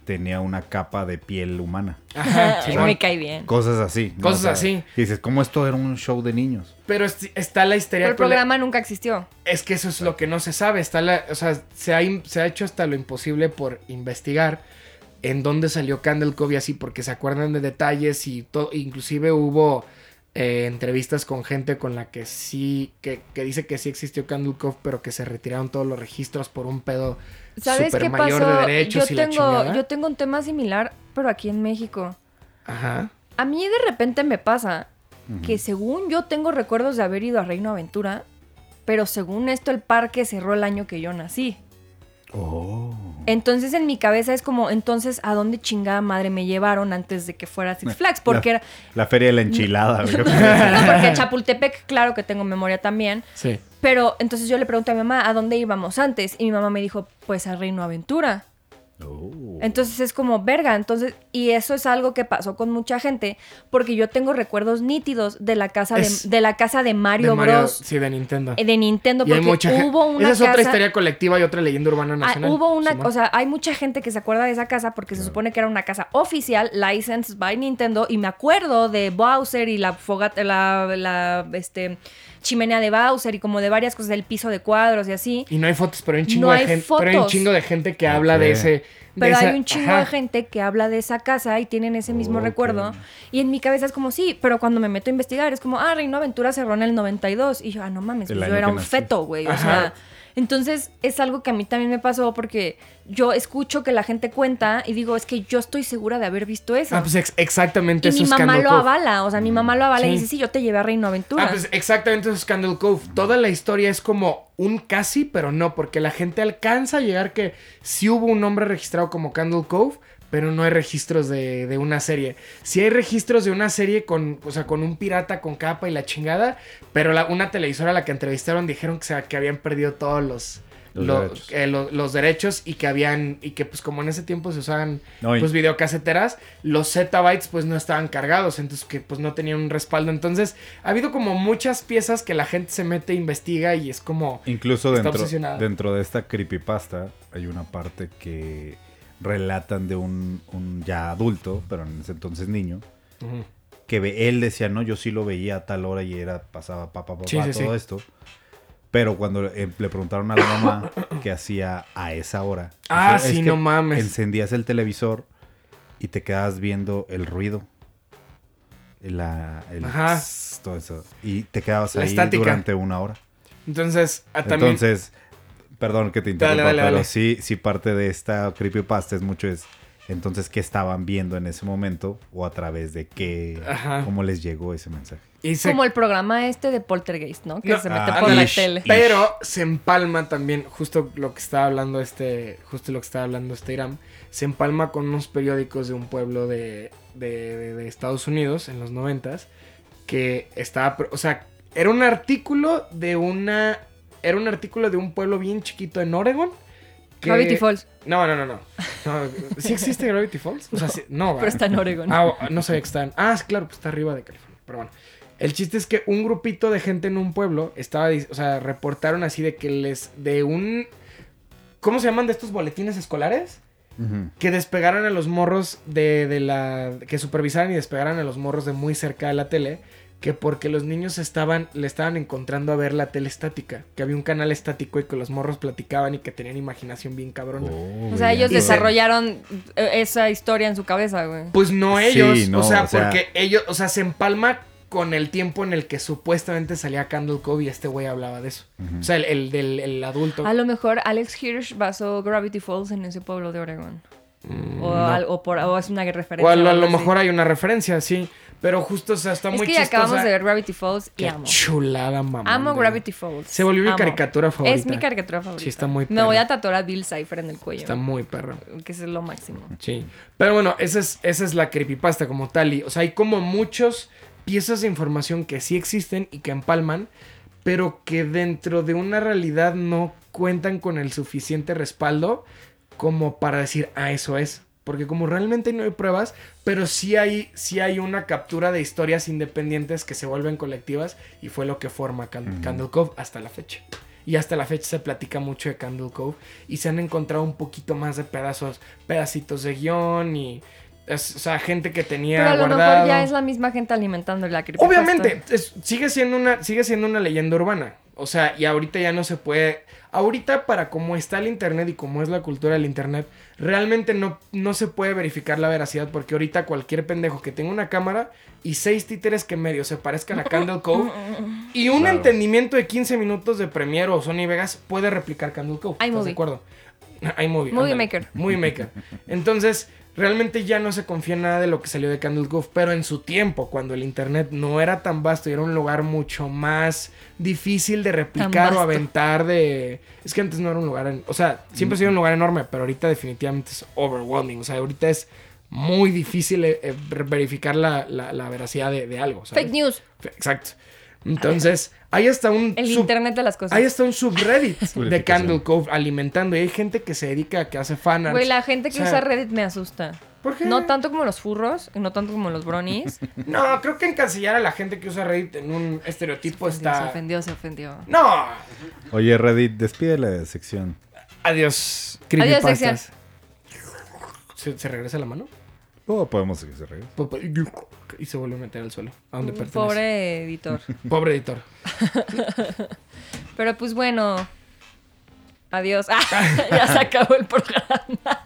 S4: tenía una capa de piel humana.
S3: Ajá.
S2: Ay,
S3: Simón.
S2: me cae bien.
S4: Cosas así. ¿no?
S3: Cosas así.
S4: que dices, ¿cómo esto era un show de niños?
S3: Pero es- está la
S2: Pero
S3: histeria
S2: el
S3: cole-
S2: programa nunca existió.
S3: Es que eso es lo que no se sabe. Está la, o sea, se ha, im- se ha hecho hasta lo imposible por investigar en dónde salió Candle Cove y así, porque se acuerdan de detalles y todo. Inclusive hubo eh, entrevistas con gente con la que sí, que, que dice que sí existió Candle Cove, pero que se retiraron todos los registros por un pedo
S2: ¿Sabes
S3: super
S2: qué
S3: mayor
S2: pasó?
S3: de derechos
S2: yo
S3: y la
S2: tengo
S3: chingada.
S2: yo tengo un tema similar, pero aquí en México.
S3: Ajá.
S2: A mí de repente me pasa que según yo tengo recuerdos de haber ido a Reino Aventura, pero según esto el parque cerró el año que yo nací.
S3: Oh.
S2: Entonces en mi cabeza es como, entonces, ¿a dónde chingada madre me llevaron antes de que fuera Six Flags? Porque era...
S4: La feria de la enchilada. güey.
S2: No, porque Chapultepec, claro que tengo memoria también.
S3: Sí.
S2: Pero entonces yo le pregunté a mi mamá, ¿a dónde íbamos antes? Y mi mamá me dijo, pues a Reino Aventura.
S4: Oh.
S2: Entonces es como verga, entonces y eso es algo que pasó con mucha gente porque yo tengo recuerdos nítidos de la casa de,
S3: Es-
S2: de la casa de Mario,
S3: de Mario,
S2: Bros.
S3: sí, de Nintendo.
S2: eh, de Nintendo
S3: Y hay
S2: porque
S3: mucha gente.
S2: hubo una
S3: Esa es otra
S2: casa-
S3: historia colectiva y otra leyenda urbana
S2: Ah,
S3: nacional.
S2: hubo una,
S3: Simón.
S2: o sea, hay mucha gente que se acuerda de esa casa porque se supone que era una casa oficial, licensed by Nintendo, y me acuerdo de Bowser y la fogata, la, la, este, chimenea de Bowser y como de varias cosas, el piso de cuadros y así.
S3: y no hay fotos, pero hay un chingo
S2: No
S3: de
S2: hay
S3: gente, pero hay un
S2: fotos.
S3: chingo de gente que habla de
S4: Ok.
S3: ese de
S2: Pero
S3: esa-
S2: hay un chingo
S3: ajá.
S2: de gente que habla de esa casa y tienen ese mismo
S4: Ok.
S2: recuerdo. Y en mi cabeza es como, sí, pero cuando me meto a investigar es como, ah, Reino Aventura cerró en el 92. Y yo, ah, no mames,
S4: El
S2: pues yo
S4: año
S2: era
S4: que
S2: un
S4: naciste.
S2: feto, güey. O
S3: Ajá.
S2: sea, entonces es algo que a mí también me pasó porque yo escucho que la gente cuenta y digo, es que yo estoy segura de haber visto eso.
S3: Ah, pues ex- exactamente
S2: y
S3: eso
S2: mi
S3: es
S2: mamá
S3: Candle
S2: lo
S3: Cove.
S2: avala, o sea, mi mamá lo avala
S3: Sí.
S2: y dice, sí, yo te llevé a Reino Aventura.
S3: Ah, pues exactamente eso es Candle Cove. Toda la historia es como un casi, pero no, porque la gente alcanza a llegar que sí hubo un nombre registrado como Candle Cove, pero no hay registros de, de una serie. Sí hay registros de una serie con, o sea, con un pirata con capa y la chingada, pero la- una televisora a la que entrevistaron dijeron que, se- que habían perdido todos los...
S4: Los
S3: lo-
S4: derechos.
S3: eh, lo- los derechos y que habían y que pues como en ese tiempo se usaban
S4: No, y-
S3: pues videocaseteras, los zettabytes pues no estaban cargados, entonces que pues no tenían un respaldo. Entonces ha habido como muchas piezas que la gente se mete, investiga y es como...
S4: Incluso
S3: Está
S4: dentro,
S3: obsesionada.
S4: dentro de esta creepypasta hay una parte que relatan de un, un ya adulto, pero en ese entonces niño,
S3: Ujú.
S4: que ve- él decía, no, yo sí lo veía a tal hora y era, pasaba papá, papá,
S3: Sí, sí,
S4: todo
S3: sí.
S4: esto. Pero cuando eh, le preguntaron a la mamá qué hacía a esa hora.
S3: Ah,
S4: dijo, "Es
S3: sí,
S4: que
S3: no mames.
S4: Encendías el televisor y te quedabas viendo el ruido. La, el
S3: Ajá.
S4: tss, todo eso. Y te quedabas
S3: La
S4: ahí
S3: estática.
S4: durante una hora.
S3: Entonces, ah, también...
S4: Entonces, perdón que te
S3: Dale,
S4: interrumpa,
S3: dale,
S4: pero
S3: dale.
S4: sí, sí parte de esta creepypasta es mucho es entonces qué estaban viendo en ese momento o a través de qué,
S3: Ajá.
S4: cómo les llegó ese mensaje.
S3: y se-
S2: Como el programa este de Poltergeist, ¿no? Que
S3: No,
S2: se mete
S4: ah,
S2: por este la
S4: ish,
S2: tele.
S3: Pero se empalma también, justo lo que estaba hablando este, justo lo que estaba hablando este Irán, se empalma con unos periódicos de un pueblo de, de- de- de Estados Unidos en los noventas, que estaba, pro- o sea, era un artículo de una, era un artículo de un pueblo bien chiquito en Oregon. que-
S2: Gravity Falls,
S3: No, no, no, no. no ¿Sí existe Gravity Falls? O sea, sí- no,
S2: pero
S3: ¿verdad?
S2: está en Oregon.
S3: Ah, o- no sabía que están. Ah, sí, claro, pues está arriba de California. Pero bueno. El chiste es que un grupito de gente en un pueblo estaba, dis- o sea, reportaron así de que les de un ¿cómo se llaman de estos boletines escolares?
S4: Ujú.
S3: Que despegaran a los morros de, de la que supervisaran y despegaran a los morros de muy cerca de la tele, que porque los niños estaban le estaban encontrando a ver la tele estática, que había un canal estático y que los morros platicaban y que tenían imaginación bien cabrona.
S2: O
S4: Oh,
S2: sea, ellos
S3: Y se-
S2: desarrollaron eh, esa historia en su cabeza, güey.
S3: Pues no
S4: Sí,
S3: ellos,
S4: no,
S3: o, sea,
S4: o sea-
S3: porque ellos, o sea, se empalma con el tiempo en el que supuestamente salía Candle Cove y este güey hablaba de eso. O sea, el, el del el adulto.
S2: A lo mejor Alex Hirsch basó Gravity Falls en ese pueblo de Oregon. o, al- o por- o es una referencia.
S3: Mm, o a lo, a
S2: algo
S3: lo
S2: así.
S3: mejor hay una referencia, sí. Pero justo, o sea, está
S2: Es
S3: muy
S2: que ya
S3: chistosa.
S2: acabamos de ver Gravity Falls y
S3: Qué
S2: amo.
S3: chulada, mamá.
S2: Amo Gravity Falls.
S3: Se volvió mi
S2: Amo.
S3: caricatura favorita.
S2: Es mi caricatura favorita.
S3: Sí, está muy
S2: Me voy
S3: perra.
S2: a tatuar a Bill Cipher en el cuello.
S3: Está muy perro.
S2: Que es lo máximo.
S3: Sí. Pero bueno, esa es, esa es la creepypasta como tal. Y, o sea, hay como muchos piezas de información que sí existen y que empalman, pero que dentro de una realidad no cuentan con el suficiente respaldo como para decir, ah, eso es. Porque como realmente no hay pruebas, pero sí hay, sí hay una captura de historias independientes que se vuelven colectivas y fue lo que forma Can- Candle Cove hasta la fecha. Y hasta la fecha se platica mucho de Candle Cove y se han encontrado un poquito más de pedazos, pedacitos de guión y... es- o sea, gente que tenía
S2: Pero a lo
S3: guardado.
S2: mejor ya es la misma gente alimentando la creepypasta.
S3: Obviamente, es- sigue, siendo una, sigue siendo una leyenda urbana. O sea, y ahorita ya no se puede. Ahorita, para cómo está el internet y cómo es la cultura del internet, realmente no, no se puede verificar la veracidad. Porque ahorita cualquier pendejo que tenga una cámara y seis títeres que medio se parezcan a Candle Cove y un
S4: Claro.
S3: entendimiento de 15 minutos de Premiere o Sony Vegas puede replicar Candle Cove. ¿Estás de
S2: iMovie.
S3: acuerdo? iMovie.
S2: Movie
S3: ándale.
S2: Maker.
S3: Movie Maker. Entonces, realmente ya no se confía en nada de lo que salió de Candle Cove, pero en su tiempo, cuando el internet no era tan vasto y era un lugar mucho más difícil de replicar o
S2: vasto.
S3: aventar de... Es que antes no era un lugar... en- O sea, siempre ha sido un lugar enorme, pero ahorita definitivamente es overwhelming. O sea, ahorita es muy difícil eh, eh, verificar la, la- la veracidad de, de algo. ¿sabes?
S2: Fake news.
S3: Exacto. Entonces, hay hasta un.
S2: El
S3: sub-
S2: internet de las cosas.
S3: Hay hasta un subreddit de
S4: Purificación.
S3: Candle Cove alimentando. Y hay gente que se dedica a que hace fanarts.
S2: Güey, la gente
S3: O
S2: que
S3: sea,
S2: usa Reddit me asusta.
S3: ¿Por qué? Pues
S2: No tanto como los furros, y no tanto como los bronies.
S3: No, creo que encasillar a la gente que usa Reddit en un estereotipo
S2: Se
S3: está.
S2: ofendió, se ofendió.
S3: No.
S4: Oye, Reddit, despide la sección.
S3: Adiós.
S2: Adiós,
S3: creepypastas. ¿Se, se regresa la mano?
S4: ¿Cómo podemos que se regrese?
S3: Pu- pu- Y se vuelve a meter al suelo. ¿A dónde pertenece?
S2: Mm, Pobre editor.
S3: Pobre editor.
S2: Pero pues bueno. Adiós. Ah, ya se acabó el programa.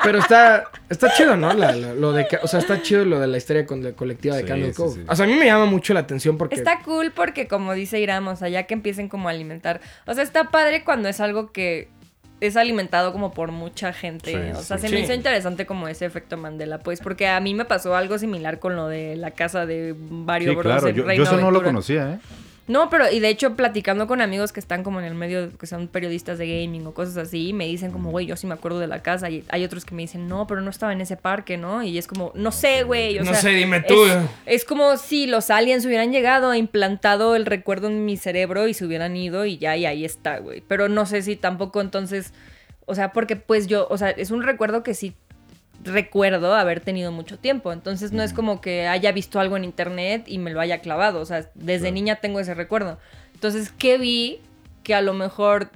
S3: Pero está, está chido, ¿no? La- la- lo de, ca- o sea, está chido lo de la historia con la colectiva de
S4: Sí,
S3: Candle
S4: sí,
S3: Cove.
S4: sí.
S3: O sea, a mí me llama mucho la atención porque...
S2: Está cool porque como dice Iram, o sea, ya que empiecen como a alimentar. O sea, está padre cuando es algo que es alimentado como por mucha gente.
S4: Sí,
S2: o sea,
S4: sí.
S2: se
S3: Sí.
S2: me hizo interesante como ese efecto Mandela, pues, porque a mí me pasó algo similar con lo de la casa de Mario
S4: Sí,
S2: Bros.
S4: claro,
S2: en
S4: yo, yo
S2: Reino
S4: eso no lo
S2: Aventura.
S4: conocía, ¿eh?
S2: No, pero y de hecho platicando con amigos que están como en el medio, que son periodistas de gaming o cosas así, me dicen como, güey, yo sí me acuerdo de la casa. Y hay otros que me dicen, no, pero no estaba en ese parque, ¿no? Y es como, no sé, güey. o
S3: No
S2: sea,
S3: sé, dime
S2: es-
S3: tú.
S2: Es, como si los aliens hubieran llegado, e implantado el recuerdo en mi cerebro y se hubieran ido y ya, y ahí está, güey. Pero no sé si tampoco entonces, o sea, porque pues yo, o sea, es un recuerdo que sí recuerdo haber tenido mucho tiempo. Entonces no es como que haya visto algo en internet y me lo haya clavado. O sea, desde
S4: Claro.
S2: niña tengo ese recuerdo. Entonces, ¿qué vi? Que a lo mejor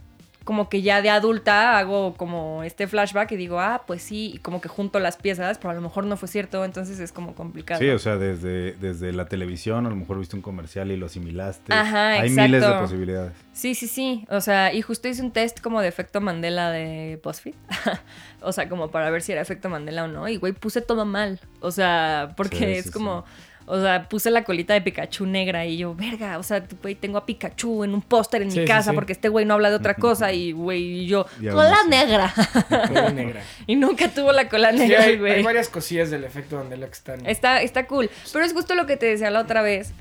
S2: como que ya de adulta hago como este flashback y digo, ah, pues sí, y como que junto las piezas, pero a lo mejor no fue cierto, entonces es como complicado.
S4: Sí, o sea, desde, desde la televisión, a lo mejor viste un comercial y lo asimilaste.
S2: Ajá,
S4: Hay
S2: exacto.
S4: miles de posibilidades.
S2: Sí, sí, sí. O sea, y justo hice un test como de efecto Mandela de BuzzFeed. o sea, como para ver si era efecto Mandela o no. Y, güey, puse todo mal. O sea, porque
S4: Sí,
S2: es
S4: sí,
S2: como... O sea, puse la colita de Pikachu negra y yo, verga, o sea, güey, tengo a Pikachu en un póster en
S3: Sí, sí,
S2: mi casa
S3: sí.
S2: porque este güey no habla de otra cosa y, güey, y yo,
S4: Y aún
S2: cola
S4: así.
S2: negra.
S3: Cola negra.
S2: y nunca tuvo la cola
S3: Sí,
S2: negra,
S3: hay,
S2: güey.
S3: hay varias cosillas del efecto Mandela que están...
S2: Está, está cool. Pero es justo lo que te decía la otra vez.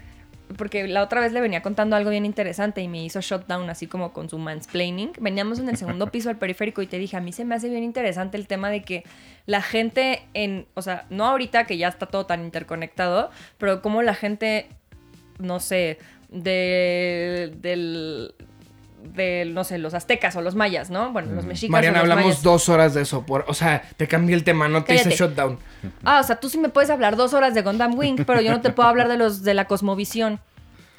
S2: Porque la otra vez le venía contando algo bien interesante y me hizo shutdown así como con su mansplaining. Veníamos en el segundo piso del periférico y te dije, a mí se me hace bien interesante el tema de que la gente en, o sea, no ahorita que ya está todo tan interconectado, pero como la gente, no sé, de, del, de, no sé, los aztecas o los mayas, ¿no? Bueno, los mexicas. o
S3: Mariana,
S2: los
S3: hablamos
S2: mayas.
S3: dos horas de eso. Por, o sea, te cambié el tema, no te hice
S2: Cállate.
S3: shutdown.
S2: Ah, o sea, tú sí me puedes hablar dos horas de Gundam Wing, pero yo no te puedo hablar de los de la cosmovisión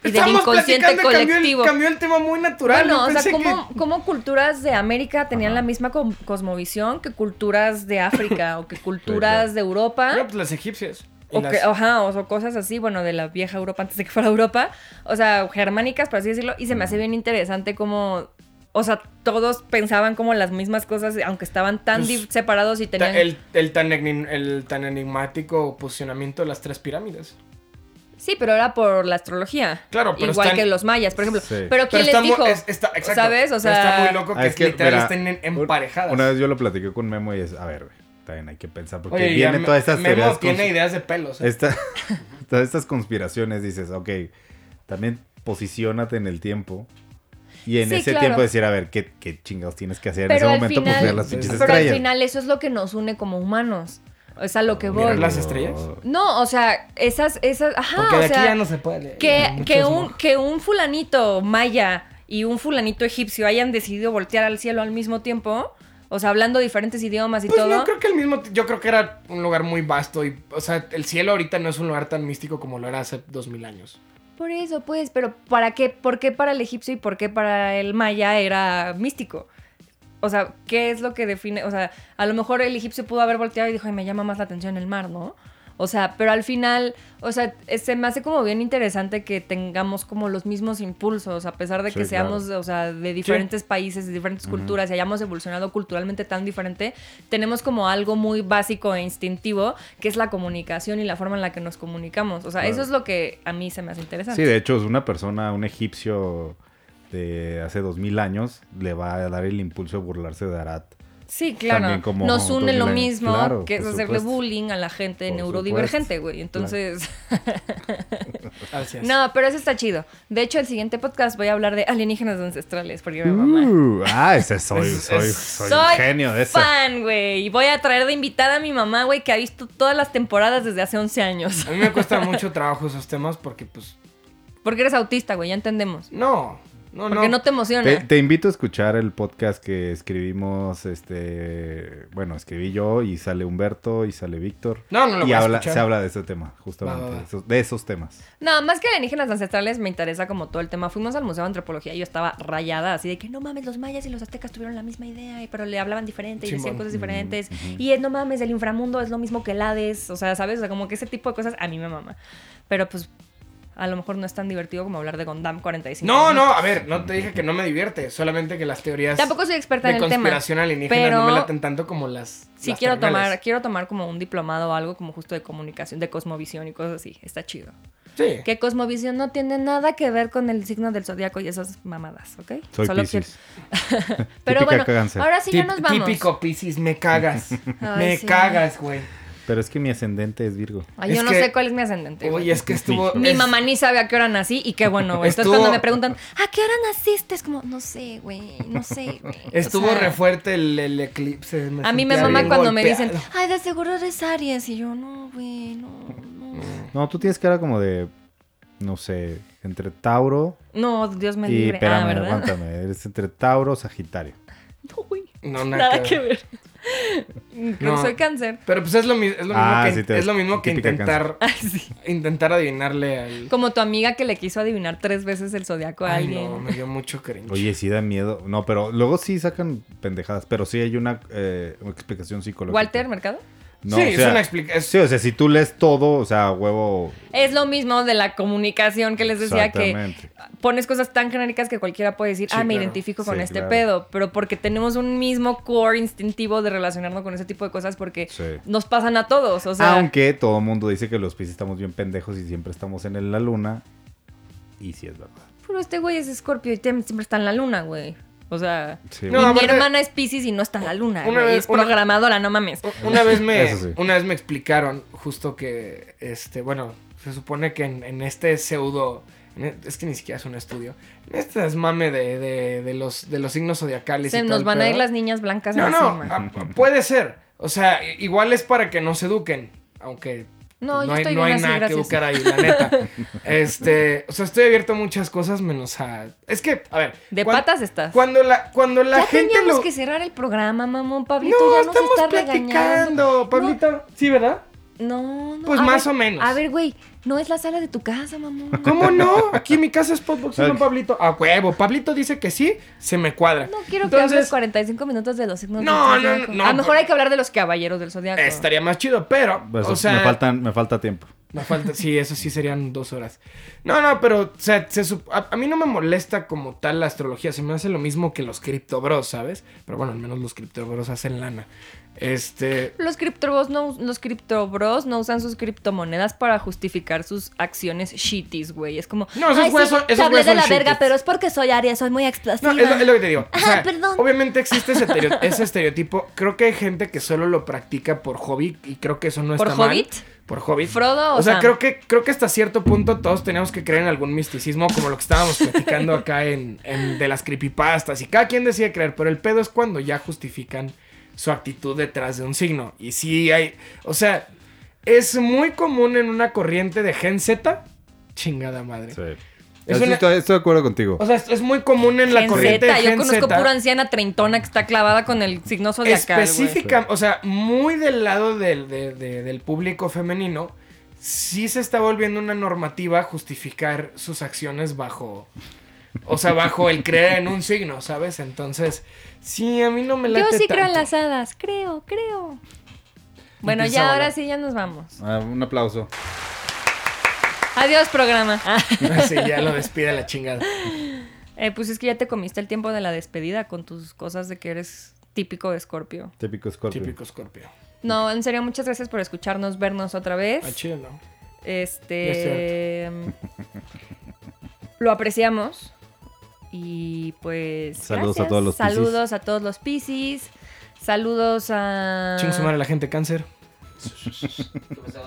S2: y del inconsciente
S3: platicando, cambió el-
S2: colectivo.
S3: Cambió el, tema muy natural.
S2: Bueno,
S3: yo
S2: o sea,
S3: pensé
S2: ¿cómo,
S3: que-
S2: cómo culturas de América tenían la misma com- cosmovisión que culturas de África o que culturas de Europa?
S3: No, pues las egipcias. y
S2: O
S3: las-
S2: que- ajá, o sea, cosas así, bueno, de la vieja Europa antes de que fuera Europa, o sea, germánicas, por así decirlo, y se me hace bien interesante como, o sea, todos pensaban como las mismas cosas, aunque estaban tan
S3: Pues,
S2: di- separados y
S3: ta-
S2: tenían...
S3: el, el tan enigm- el tan enigmático posicionamiento de las tres pirámides.
S2: Sí, pero era por la astrología.
S3: Claro, pero
S2: Igual
S3: están-
S2: que los mayas, por ejemplo.
S4: Sí.
S2: Pero
S3: Pero
S2: ¿quién les
S3: está
S2: dijo?
S3: mu- es- está- exacto,
S2: ¿Sabes? O
S3: pero
S2: sea,
S3: está muy loco que,
S4: Ah, es que,
S3: literal
S4: mira,
S3: estén en-
S4: un-
S3: emparejadas.
S4: Una vez yo lo platiqué con Memo y es, a ver, güey, también hay que pensar porque
S3: Oye, ya
S4: vienen
S3: Me-
S4: todas estas
S3: Memo
S4: teorías.
S3: tiene
S4: cons-
S3: ideas de pelos. ¿eh?
S4: esta- todas estas conspiraciones, dices, ok, también posicionate en el tiempo. Y en
S2: Sí,
S4: ese
S2: claro.
S4: tiempo decir, a ver, ¿qué, qué chingados tienes que hacer
S2: Pero al
S4: en ese momento?
S2: final-
S4: pues ver las pinches
S2: Pero al
S4: estrellas.
S2: final eso es lo que nos une como humanos. Es a lo que voy.
S3: Mirar las estrellas.
S2: No, o sea, esas, esas, ajá,
S3: Porque de
S2: o sea,
S3: aquí ya no se puede.
S2: que,
S3: Muchos
S2: que un,
S3: no.
S2: que un fulanito maya y un fulanito egipcio hayan decidido voltear al cielo al mismo tiempo, o sea, hablando diferentes idiomas y
S3: Pues
S2: todo.
S3: no creo que el mismo. t- Yo creo que era un lugar muy vasto. Y, o sea, el cielo ahorita no es un lugar tan místico como lo era hace dos mil años.
S2: Por eso, pues, pero ¿para qué? ¿Por qué para el egipcio y por qué para el maya era místico? O sea, ¿qué es lo que define? O sea, a lo mejor el egipcio pudo haber volteado y dijo, ay, me llama más la atención el mar, ¿no? O sea, pero al final, o sea, eh, se me hace como bien interesante que tengamos como los mismos impulsos, a pesar de
S4: Sí,
S2: que
S4: claro.
S2: seamos, o sea, de diferentes países, de diferentes culturas y hayamos evolucionado culturalmente tan diferente, tenemos como algo muy básico e instintivo, que es la comunicación y la forma en la que nos comunicamos. O sea, eso
S4: Claro.
S2: es lo que a mí se me hace interesante.
S4: Sí, de hecho, es una persona, un egipcio de hace dos mil años, le va a dar el impulso de burlarse de Arat.
S2: Sí, claro.
S4: también como
S2: Nos
S4: junto
S2: une
S4: con
S2: lo
S4: la-
S2: mismo
S4: claro,
S2: que es
S4: por
S2: hacerle
S4: supuesto.
S2: bullying a la gente
S4: Por
S2: neurodivergente,
S4: supuesto,
S2: güey. Entonces,
S3: Así es.
S2: no, pero eso está chido. De hecho, el siguiente podcast voy a hablar de alienígenas ancestrales, porque mi mamá.
S4: Uh, ah, ese soy,
S3: Es-
S4: soy,
S3: es-
S4: soy, un genio de eso.
S2: fan, güey. Y voy a traer de invitada a mi mamá, güey, que ha visto todas las temporadas desde hace 11 años.
S3: A mí me cuesta mucho trabajo esos temas porque, pues,
S2: Porque eres autista, güey, ya entendemos.
S3: No, no,
S2: Porque no,
S3: no.
S2: te emociona.
S4: Te, te invito a escuchar el podcast que escribimos, este, bueno, escribí yo y sale Humberto y sale Víctor.
S3: No, no lo
S4: y
S3: voy a
S4: habla,
S3: escuchar.
S4: se habla de este tema, justamente,
S3: Va, va, va.
S4: de esos- de esos temas.
S2: No, más que alienígenas ancestrales me interesa como todo el tema. Fuimos al Museo de Antropología y yo estaba rayada, así de que no mames, los mayas y los aztecas tuvieron la misma idea, y- pero le hablaban diferente y
S3: Chimón.
S2: decían cosas diferentes. Y es, no mames, el inframundo es lo mismo que el Hades, o sea, ¿sabes? O sea, como que ese tipo de cosas a mí me mama. Pero pues a lo mejor no es tan divertido como hablar de Gondam 45.
S3: No, no, a ver, no te dije que no me divierte, solamente que las teorías
S2: Tampoco soy experta
S3: de
S2: en el tema.
S3: conspiración alienígena
S2: pero
S3: no me laten tanto como las.
S2: Sí,
S3: las
S2: quiero
S3: terrenales.
S2: tomar, quiero tomar como un diplomado o algo como justo de comunicación, de cosmovisión y cosas así. Está chido.
S3: Sí.
S2: Que Cosmovisión no tiene nada que ver con el signo del zodiaco y esas mamadas, ¿ok?
S4: Soy
S2: quiero-
S4: Piscis.
S2: Pero
S4: Típica
S2: bueno,
S4: cáncer.
S2: ahora sí ya
S3: Tip-
S2: nos vamos.
S3: Típico Piscis, me cagas. me
S2: sí.
S3: cagas, güey.
S4: Pero es que mi ascendente es Virgo.
S2: Ay,
S3: Es
S2: yo no
S3: que-
S2: sé cuál es mi ascendente. güey.
S3: Oye, es que estuvo.
S2: Mi
S3: es-
S2: mamá ni sabe a qué hora nací y qué bueno, güey. Entonces
S3: Estuvo-
S2: cuando me preguntan, ¿a qué hora naciste? Es como, no sé, güey, no sé, güey. O
S3: Estuvo
S2: sea,
S3: re fuerte el, el eclipse.
S2: A mí me
S3: sentía
S2: mama
S3: bien
S2: cuando me dicen,
S3: golpeado.
S2: ay, de seguro eres Aries. Y yo, no, güey, no, no.
S4: No, tú tienes cara como de, no sé, entre Tauro
S2: No, Dios me
S4: y,
S2: libre. ah,
S4: espérame,
S2: ¿verdad?
S4: aguántame, eres entre Tauro, Sagitario.
S2: No, güey.
S3: No, nada,
S2: Nada
S3: que
S2: que
S3: ver.
S2: ver.
S3: No.
S2: Soy cáncer.
S3: Pero pues es lo, mi- es lo mismo
S4: Ah,
S3: que,
S4: sí te-
S3: es lo mismo que
S4: típica
S3: intentar,
S2: Ay, Ah, sí.
S3: intentar adivinarle al.
S2: Como tu amiga que le quiso adivinar tres veces el zodiaco a
S3: Ay,
S2: alguien.
S3: no, me dio mucho cringe.
S4: Oye, sí da miedo. No, pero luego sí sacan pendejadas, pero sí hay una, eh, una explicación psicológica.
S2: Walter Mercado.
S4: No,
S3: sí,
S4: o
S3: es
S4: sea,
S3: una explicación.
S4: Sí, o sea, si tú lees todo, o sea, huevo...
S2: Es lo mismo de la comunicación que les decía que
S4: Exactamente.
S2: pones cosas tan genéricas que cualquiera puede decir,
S3: Sí,
S2: ah, me
S3: claro.
S2: identifico con
S4: Sí,
S2: este
S4: claro.
S2: pedo, pero porque tenemos un mismo core instintivo de relacionarnos con ese tipo de cosas porque
S4: Sí.
S2: nos pasan a todos, o sea,
S4: Aunque todo el mundo dice que los Piscis estamos bien pendejos y siempre estamos en la luna. Y sí es verdad.
S2: pero este güey es escorpio y tem- siempre está en la luna, güey. O sea,
S4: Sí,
S3: No,
S2: y mi
S3: aparte-
S2: hermana es Pisces y no está en la luna,
S3: Una
S2: güey,
S3: vez-
S2: es
S3: una-
S2: programadora, no mames.
S3: U- Una vez me,
S4: Eso sí.
S3: una vez me explicaron justo que, este, bueno, se supone que en, en este pseudo, en e- es que ni siquiera es un estudio, en este desmame de, de, de los, de los signos zodiacales. y
S2: Se
S3: todo
S2: nos
S3: el
S2: van a ir
S3: pedo.
S2: las niñas blancas
S3: No, no,
S2: encima.
S3: a- a- puede ser. O sea, i- igual es para que nos eduquen, aunque
S2: No,
S3: pues,
S2: yo
S3: hay,
S2: estoy
S3: no
S2: bien
S3: hay
S2: así,
S3: nada que
S2: gracias.
S3: educar ahí, la neta. Este, o sea, estoy abierto a muchas cosas menos a... Es que, a ver...
S2: De
S3: cuan-
S2: patas estás.
S3: Cuando la, cuando la
S2: ya
S3: gente
S2: teníamos
S3: lo...
S2: que cerrar el programa, mamón. Pablito
S3: No,
S2: ya nos
S3: estamos
S2: está regañando.
S3: platicando, Pablito. Sí, ¿verdad?
S2: No, no.
S3: Pues
S2: a
S3: más
S2: ver,
S3: o menos.
S2: A ver, güey, no es la sala de tu casa, mamón.
S3: ¿Cómo no? Aquí en mi casa es popboxing,
S4: Ok.
S3: Pablito. A huevo. Pablito dice que sí, se me cuadra.
S2: No quiero que hables
S3: Entonces,
S2: 45 minutos de los signos
S3: No,
S2: del
S3: no,
S2: zodiaco.
S3: no,
S2: A lo mejor
S3: pero-
S2: hay que hablar de los caballeros del zodiaco.
S3: Estaría más chido, pero.
S4: Pues,
S3: o sea,
S4: me, faltan, me falta tiempo.
S3: me falta- Sí, eso sí serían dos horas. No, no, pero. O sea, se sup- a, a mí no me molesta como tal la astrología. Se me hace lo mismo que los criptobros, ¿sabes? Pero bueno, al menos los criptobros hacen lana. Este.
S2: Los criptobros no, us- los criptobros no usan sus criptomonedas para justificar sus acciones shitties, güey. Es como.
S3: No, esos
S2: "Ay, sí,
S3: güeyes son-
S2: te
S3: esos
S2: hablé
S3: güeyes
S2: de
S3: son
S2: la verga,
S3: shitties".
S2: pero es porque soy Aries, soy muy
S3: No,
S2: explosiva.
S3: es lo, es lo que te digo. O
S2: Ajá,
S3: sea,
S2: perdón.
S3: Obviamente existe ese, estereo- ese estereotipo. Creo que hay gente que solo lo practica por hobby y creo que eso no
S2: ¿Por
S3: está mal.
S2: hobbit?
S3: Por hobby.
S2: ¿Frodo o
S3: o sea,
S2: Sam?
S3: creo que creo que hasta cierto punto todos tenemos que creer en algún misticismo como lo que estábamos platicando acá en, en de las creepypastas y cada quien decide creer, pero el pedo es cuando ya justifican su actitud detrás de un signo. Y sí hay, o sea, es muy común en una corriente de Gen Z, chingada madre. Es
S4: Así
S3: una-
S4: estoy, estoy de acuerdo contigo.
S3: O sea, es, es muy común en la
S2: Gen
S3: corriente
S2: Z,
S3: de
S2: yo
S3: Gen
S2: conozco
S3: Z.
S2: pura anciana treintona que está clavada con el signo zodiacal. güey.
S3: específica, o sea, muy del lado del, de- de- del público femenino, sí se está volviendo una normativa justificar sus acciones bajo, o sea, bajo el creer en un signo, ¿sabes? Entonces, sí, a mí no me late
S2: Yo sí creo en
S3: tanto.
S2: las hadas, creo, creo. Bueno,
S3: Empieza a
S2: ya ahora
S3: volar.
S2: sí, ya nos vamos.
S4: Ah, un aplauso.
S2: Adiós, programa.
S3: Ah, Sí, ya lo despide la chingada.
S2: Eh, pues es que ya te comiste el tiempo de la despedida con tus cosas de que eres típico de Escorpio.
S4: Típico Scorpio.
S3: Típico Scorpio.
S2: No, en serio, muchas gracias por escucharnos, vernos otra
S3: Ah,
S2: vez.
S3: chido, ¿no?
S2: Este. Lo apreciamos. Y pues.
S4: Saludos a
S2: gracias.
S4: todos los Piscis.
S2: Saludos a todos los Piscis. Saludos a.
S3: Ching su madre la gente cáncer.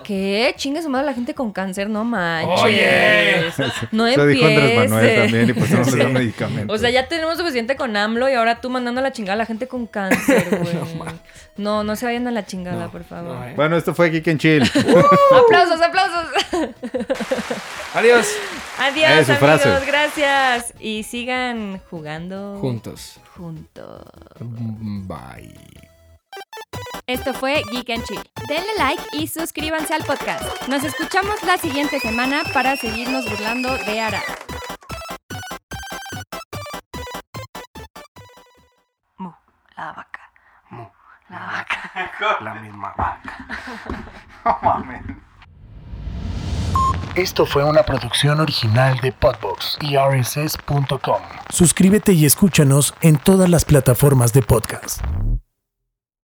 S2: ¿Qué? Chingue su madre la gente con cáncer, no manches.
S3: Oye.
S2: No
S4: Eso dijo Andrés Manuel
S2: empieces.
S4: también y pues no le da medicamento.
S2: O sea, ya tenemos suficiente con AMLO y ahora tú mandando a la chingada a la gente con cáncer, güey. no, no se vayan a la chingada, por favor.
S3: No, ¿eh?
S4: Bueno, esto fue Geek en Chill.
S2: Aplausos, aplausos.
S3: Adiós.
S2: Adiós,
S4: Eh, su
S2: amigos,
S4: frase.
S2: gracias. Y sigan jugando
S3: Juntos.
S2: juntos.
S3: Bye.
S8: Esto fue Geek and Chill. Denle like y suscríbanse al podcast. Nos escuchamos la siguiente semana para seguirnos burlando de Ara.
S9: Mu, la vaca. Mu, la vaca.
S10: La misma vaca. No mames.
S11: Esto fue una producción original de Podbox y RSS.com.
S1: Suscríbete y escúchanos en todas las plataformas de podcast.